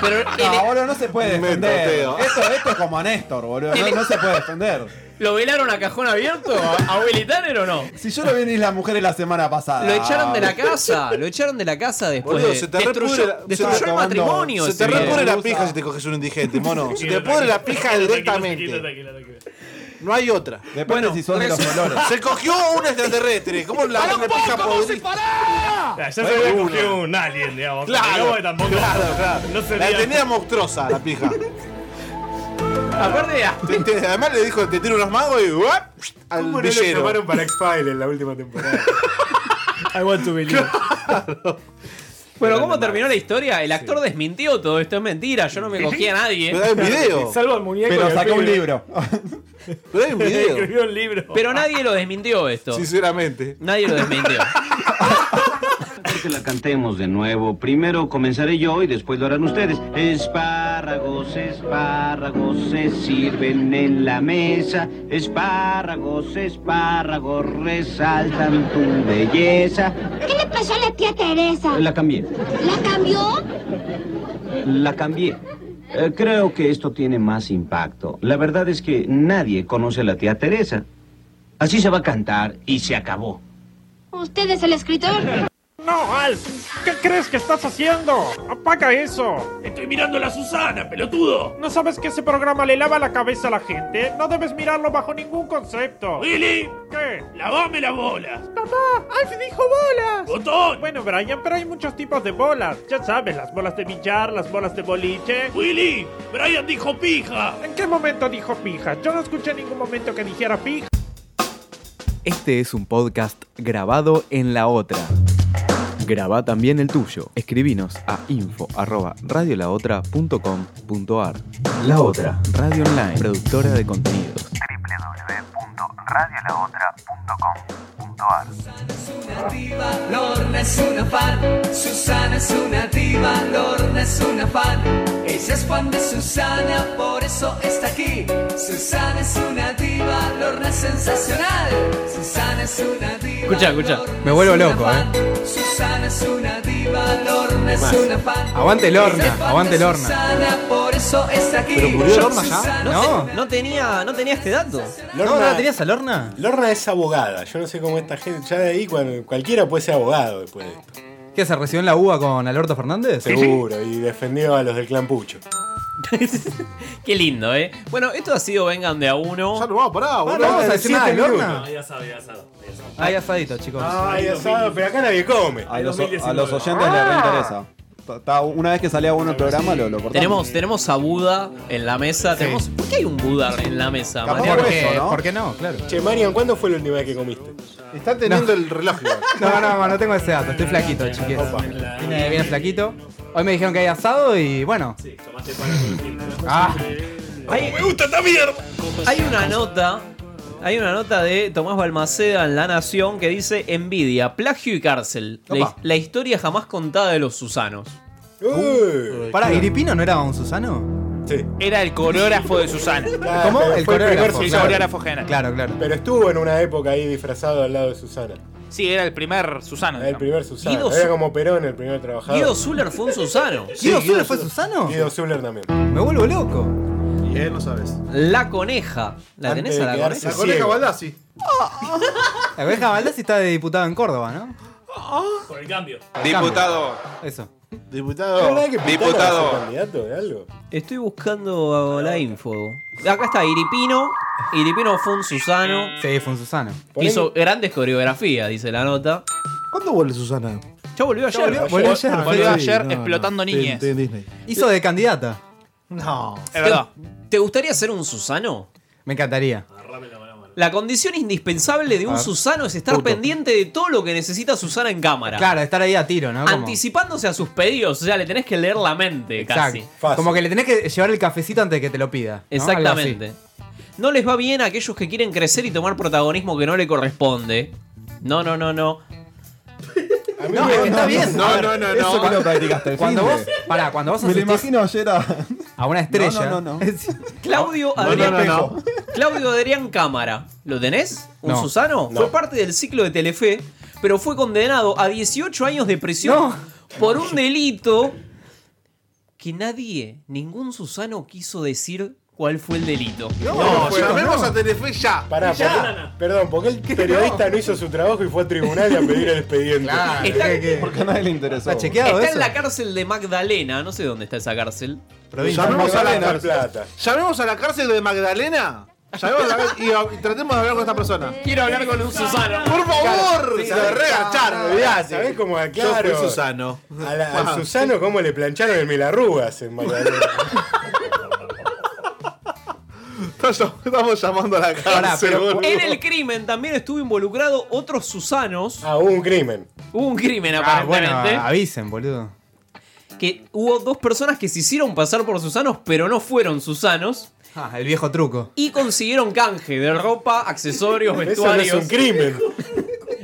S11: Pero en-
S13: No, boludo, no se puede
S11: Me
S13: defender.
S11: toteo.
S13: Esto, esto es como a Néstor, boludo.
S11: Eh,
S13: No, no se puede defender.
S11: ¿Lo velaron a cajón abierto a, a Willy Tanner o no?
S13: Si yo lo vi en Isla Mujeres la semana pasada.
S11: Lo echaron de la casa, lo echaron de la casa después.
S13: Boludo,
S11: de-
S13: se te
S11: destruyó
S13: repudre la-
S11: destruyó
S13: se-
S11: el matrimonio.
S12: Se te
S11: ese
S12: repone
S11: video.
S12: la pija si te coges un indigente, mono. Se te pone la pija directamente. No hay otra.
S13: Depende si son de los
S12: resu-
S13: colores.
S12: Se cogió un extraterrestre. ¿Cómo la
S9: ¡Para un
S12: una pija
S9: poco, vos,
S12: podrida?
S14: Ya, ya se
S12: Fue
S14: había
S12: una.
S14: cogido un alien, digamos.
S12: Claro,
S14: Pero tampoco.
S12: claro, claro.
S14: No sería-
S12: La tenía monstruosa, la pija.
S11: Aparte,
S12: Te- te- además le dijo, te tiro unos magos y ¡guap! al
S15: ¿Cómo no lo
S12: villero.
S15: llamaron para X-File en la última temporada?
S14: I want to believe.
S11: Bueno, ¿cómo terminó la historia? El actor desmintió todo esto, es mentira, yo no me cogí a nadie.
S12: Pero hay un video.
S14: Salvo al muñeco.
S13: Pero
S14: y al
S13: sacó un
S14: pibe.
S13: libro.
S12: Pero hay un video.
S14: Escribió un libro.
S11: Pero nadie lo desmintió esto.
S12: Sinceramente.
S11: Nadie lo desmintió.
S5: Que la cantemos de nuevo. Primero comenzaré yo y después lo harán ustedes. Espárragos, espárragos se sirven en la mesa. Espárragos, espárragos resaltan tu belleza.
S6: ¿Qué le pasó a la tía Teresa?
S5: La cambié,
S6: ¿La cambió?
S5: la cambié. Eh, creo que esto tiene más impacto. La verdad es que nadie conoce a la tía Teresa. Así se va a cantar y se acabó.
S6: ¿Usted es el escritor?
S24: No, Alf, ¿qué crees que estás haciendo? Apaga eso.
S14: Estoy mirando a la Susana, pelotudo.
S24: ¿No sabes que ese programa le lava la cabeza a la gente? No debes mirarlo bajo ningún concepto.
S14: Willy.
S24: ¿Qué?
S14: Lavame las bolas.
S24: ¡Papá! ¡Alf dijo bolas!
S14: ¡Botón!
S24: Bueno, Brian, pero hay muchos tipos de bolas. Ya sabes, las bolas de billar, las bolas de boliche.
S14: Willy, Brian dijo pija.
S24: ¿En qué momento dijo pija? Yo no escuché en ningún momento que dijera pija.
S25: Este es un podcast grabado en la otra. Graba también el tuyo. Escribinos a info arroba radiolaotra.com.ar La Otra, Radio Online, productora de contenidos.
S9: www.radiolaotra.com.ar
S4: grabar.
S9: Lorna es una fan, Susana es una diva, Lorna es una fan. Ella es fan de Susana, por eso está aquí. Susana es una diva, Lorna es sensacional. Susana es una diva.
S11: Escucha, escucha.
S9: Lorna
S4: Me vuelvo
S9: es una
S4: loco, eh.
S9: fan. Susana es una diva, Lorna es
S4: Más.
S9: una fan.
S4: Aguante
S9: Ella es
S4: Lorna,
S9: fan de
S4: aguante Lorna.
S9: Susana, por eso está aquí.
S4: ¿Pero murió Lorna ya?
S9: Susana-
S16: No.
S9: te- no tenía, no tenía este dato.
S15: tenías a Lorna? Lorna es abogada. Yo no sé cómo esta gente. Ya de ahí cual- cualquiera puede ser abogado después de esto.
S4: ¿Qué se recibió en la UBA con Alberto Fernández?
S15: Seguro. Y defendió a los del clan Pucho.
S11: Qué lindo, ¿eh? Bueno, esto ha sido Vengan de a uno. Ya
S12: no vamos, pará,
S14: Ah,
S15: boludo.
S4: vamos a decir nada de Lorna.
S14: No, ya sabe, ya sabe.
S4: Hay asadito, chicos.
S15: Ay, Ah, asado, pero acá nadie come.
S13: A los, a los oyentes
S11: Ah.
S13: les reinteresa. Ta- ta- Una vez que salía uno el programa, lo, lo cortamos.
S11: Tenemos, tenemos a Buda en la mesa. Tenemos, ¿Por qué hay un Buda en la mesa?
S13: Capaz
S11: Mariano?
S13: por eso, ¿no?
S15: ¿Por
S4: qué no? Claro.
S15: Che, Marian, ¿cuándo fue la última vez que comiste?
S12: Está teniendo el reloj.
S4: No, no, no, no tengo ese dato. Estoy flaquito, chiquis. Vine, vine flaquito. Hoy me dijeron que hay asado y bueno. Ah.
S11: Hay, ¡Me gusta esta mierda! Hay una nota. Hay una nota de Tomás Balmaceda en La Nación que dice Envidia, plagio y cárcel. La,
S1: Opa.
S11: la historia jamás contada de los Susanos.
S4: Eh.
S1: Pará, ¿Iripino no era un Susano?
S15: Sí.
S7: Era el coreógrafo de Susana.
S15: Ah,
S1: ¿Cómo? El coreógrafo.
S7: El
S1: claro.
S7: coreógrafo general.
S1: Claro, claro.
S15: Pero estuvo en una época ahí disfrazado al lado de Susana.
S7: Sí, era el primer Susano.
S15: Era el primer Susana.
S7: Guido
S15: Era
S7: Su-
S15: como Perón, el primer trabajador.
S7: Guido Zuller fue un Susano.
S15: Sí,
S7: ¿Guido Zuller fue
S15: Susano? Guido Zuller también.
S4: Me vuelvo loco.
S12: Y él no sabes.
S11: La coneja. ¿La
S15: Antes
S11: tenés
S15: de
S11: a la
S15: quedarse
S11: coneja?
S12: La coneja Baldassi.
S4: La abeja Valdés está de diputado en Córdoba, ¿no?
S14: Por el cambio.
S4: Diputado. Eso.
S15: ¿Es
S4: Diputado.
S15: verdad que Pitana va a ser candidato de algo?
S11: Estoy buscando la info. Acá está Iripino. Iripino fue un Susano.
S4: Sí, fue un Susano.
S11: Hizo grandes coreografías, dice la nota.
S12: ¿Cuándo vuelve Susana?
S7: Ya volvió ayer.
S4: volvió- volvió ayer.
S7: Volvió
S4: Sí,
S7: ayer
S4: no, no.
S7: explotando
S4: Sí,
S7: niñas.
S4: sí, en Disney. Ah. Hizo de candidata.
S12: No.
S11: ¿Te- ¿Te gustaría ser un Susano?
S4: Me encantaría.
S11: La condición indispensable de
S4: A
S11: un
S4: ver.
S11: Susano es estar
S4: Puto.
S11: pendiente de todo lo que necesita Susana en cámara.
S4: Claro, estar ahí a tiro, ¿no? Ah, Como-
S11: Anticipándose a sus pedidos, o sea, le tenés que leer la mente
S4: Exacto.
S11: casi.
S4: Como que le tenés que llevar el cafecito antes de que te lo pida. ¿no?
S11: Exactamente.
S4: Algo así.
S11: No les va bien a aquellos que quieren crecer y tomar protagonismo que no le corresponde. No, no, no, no.
S4: No, es que está bien.
S13: No,
S4: A ver,
S13: no, no, no.
S4: eso
S13: Eso
S4: que
S13: que
S4: lo
S13: practicaste.
S4: Cuando vos, pará, cuando vos
S13: Me lo
S4: asistís
S13: imagino ayer a.
S4: a una estrella.
S13: No, no, no.
S11: Claudio
S13: No, no, no,
S11: Adrián
S13: no.
S11: Espejo. Claudio Adrián Cámara. ¿Lo tenés? ¿Un
S4: No.
S11: Susano? Fue parte del ciclo de Telefe, pero fue condenado a 18 años de prisión por un delito que nadie, ningún Susano quiso decir cuál fue el delito.
S12: No, llamemos a Telefe ya.
S15: Pará,
S12: Ya.
S15: ¿por qué- perdón, porque el periodista no hizo su trabajo y fue a tribunal a pedir el expediente.
S11: Claro, Está- ¿qué, qué?
S13: Porque a nadie le interesó.
S11: está en la cárcel de Magdalena, no sé dónde está esa cárcel.
S12: Llamemos a, la,
S15: Plata.
S12: llamemos a la cárcel de Magdalena. Llamemos a la- y, y tratemos de hablar con esta persona.
S11: Quiero hablar con un Susano.
S12: ¡Por favor!
S15: Sí,
S12: se va a
S15: claro,
S12: regachar.
S15: mirá, ¿sabés cómo aclaro?
S12: Yo fui Susano.
S15: A, la- a
S12: Ah.
S15: Susano cómo le plancharon el mil arrugas en Magdalena.
S12: Estamos llamando a la
S11: Pará,
S12: cárcel.
S11: pero
S12: boludo.
S11: en el crimen también estuvo involucrado otros Susanos.
S15: Ah, hubo un crimen.
S11: Hubo un crimen
S4: Ah, bueno,
S11: aparentemente.
S4: avisen, boludo.
S11: que hubo dos personas que se hicieron pasar por Susanos, pero no fueron Susanos.
S4: Ah, el viejo truco.
S11: Y consiguieron canje de ropa, accesorios,
S4: Eso no
S11: vestuarios.
S4: es un crimen.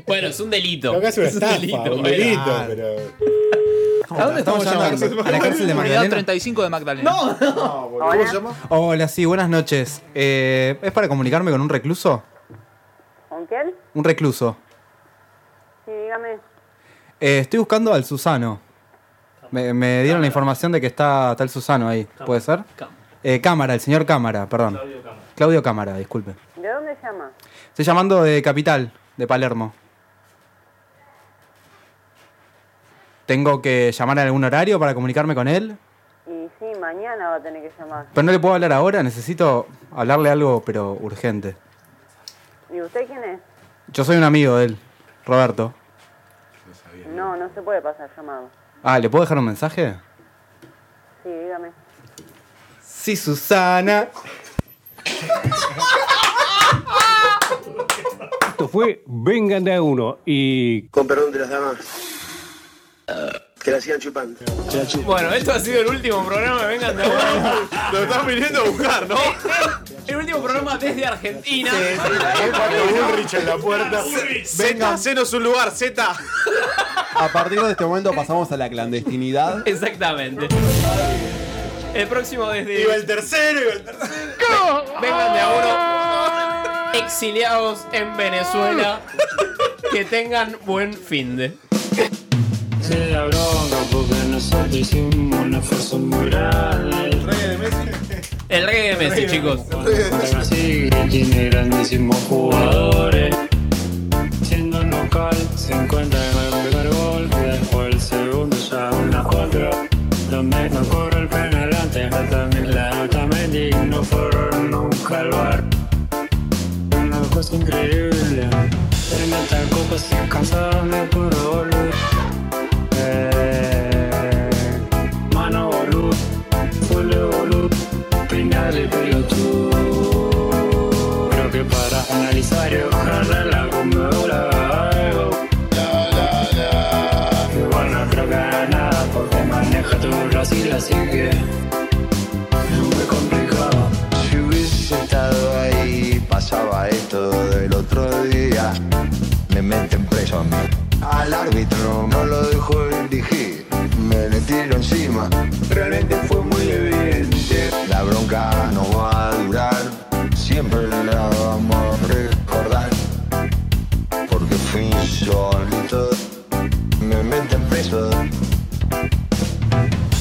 S11: bueno, es un delito.
S15: Lo que hace una
S11: Es un
S15: estafa,
S11: delito,
S15: un
S11: bueno.
S15: delito,
S11: Ah,
S15: pero...
S11: ¿A dónde estamos llamando?
S4: A la cárcel de
S7: Unidad
S4: Magdalena.
S7: 35 de Magdalena. No,
S12: no. ¿Cómo se llama?
S4: Hola, sí, buenas noches. Eh, ¿Es para comunicarme con un recluso?
S8: ¿Con quién?
S4: Un recluso.
S8: Sí, dígame.
S4: Eh, estoy buscando al Susano. Me, me dieron la información de que está, está el Susano ahí. ¿Puede ser? Eh, cámara, el señor Cámara, perdón. Claudio Cámara. disculpe.
S8: ¿De dónde llama?
S4: Estoy llamando de Capital, de Palermo. ¿Tengo que llamar a algún horario para comunicarme con él?
S8: Y sí, mañana va a tener que llamar.
S4: Pero no le puedo hablar ahora, necesito hablarle algo, pero urgente.
S8: ¿Y usted quién es?
S4: Yo soy un amigo de él, Roberto.
S8: No, no se puede pasar llamado.
S4: Ah, ¿le puedo dejar un mensaje?
S8: Sí, dígame.
S4: Sí, Susana.
S10: Esto fue Vengan de a uno y. Con perdón de las damas.
S26: Te la sigan chupando.
S11: Bueno, esto ha sido el último programa de Vengan de a Uno. Lo están viniendo a buscar, ¿no? El último programa desde Argentina.
S12: Ulrich en la puerta.
S11: Venga, cenos un lugar, Z.
S13: A partir de este momento pasamos a la clandestinidad.
S11: Exactamente. El próximo desde.
S13: Iba el tercero,
S11: iba el tercero. Vengan de a uno. Exiliados en Venezuela. Que tengan buen fin de.
S9: Se la bronca porque nosotros hicimos un esfuerzo muy grande.
S11: El reggae de Messi, chicos.
S9: Brasil tiene grandísimos jugadores. Siendo local, se encuentra con el primer gol. Y después el segundo ya una cuatro. Donde no corre el penal antes, la también la nota Mendy, no fueron nunca al bar. Una cosa increíble. En esta copa es incansable por volver. Eh, mano boludo, fuele boludo, pinale pelotudo. Creo que para analizar y ojalá la conmemorar algo. La, la, la. Igual no creo que haga nada porque maneja todo Brasil, así que es muy complicado.
S20: Si hubiese estado ahí, pasaba esto del otro día. Me meten preso a mí. Al árbitro no lo dejo dirigir, me le tiro encima. Realmente fue muy evidente. La bronca no va a durar, siempre la vamos a recordar. Porque fui insólito, me meten preso.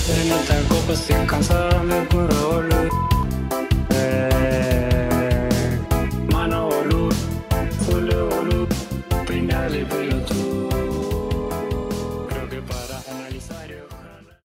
S9: En esta copa es incansable por volver.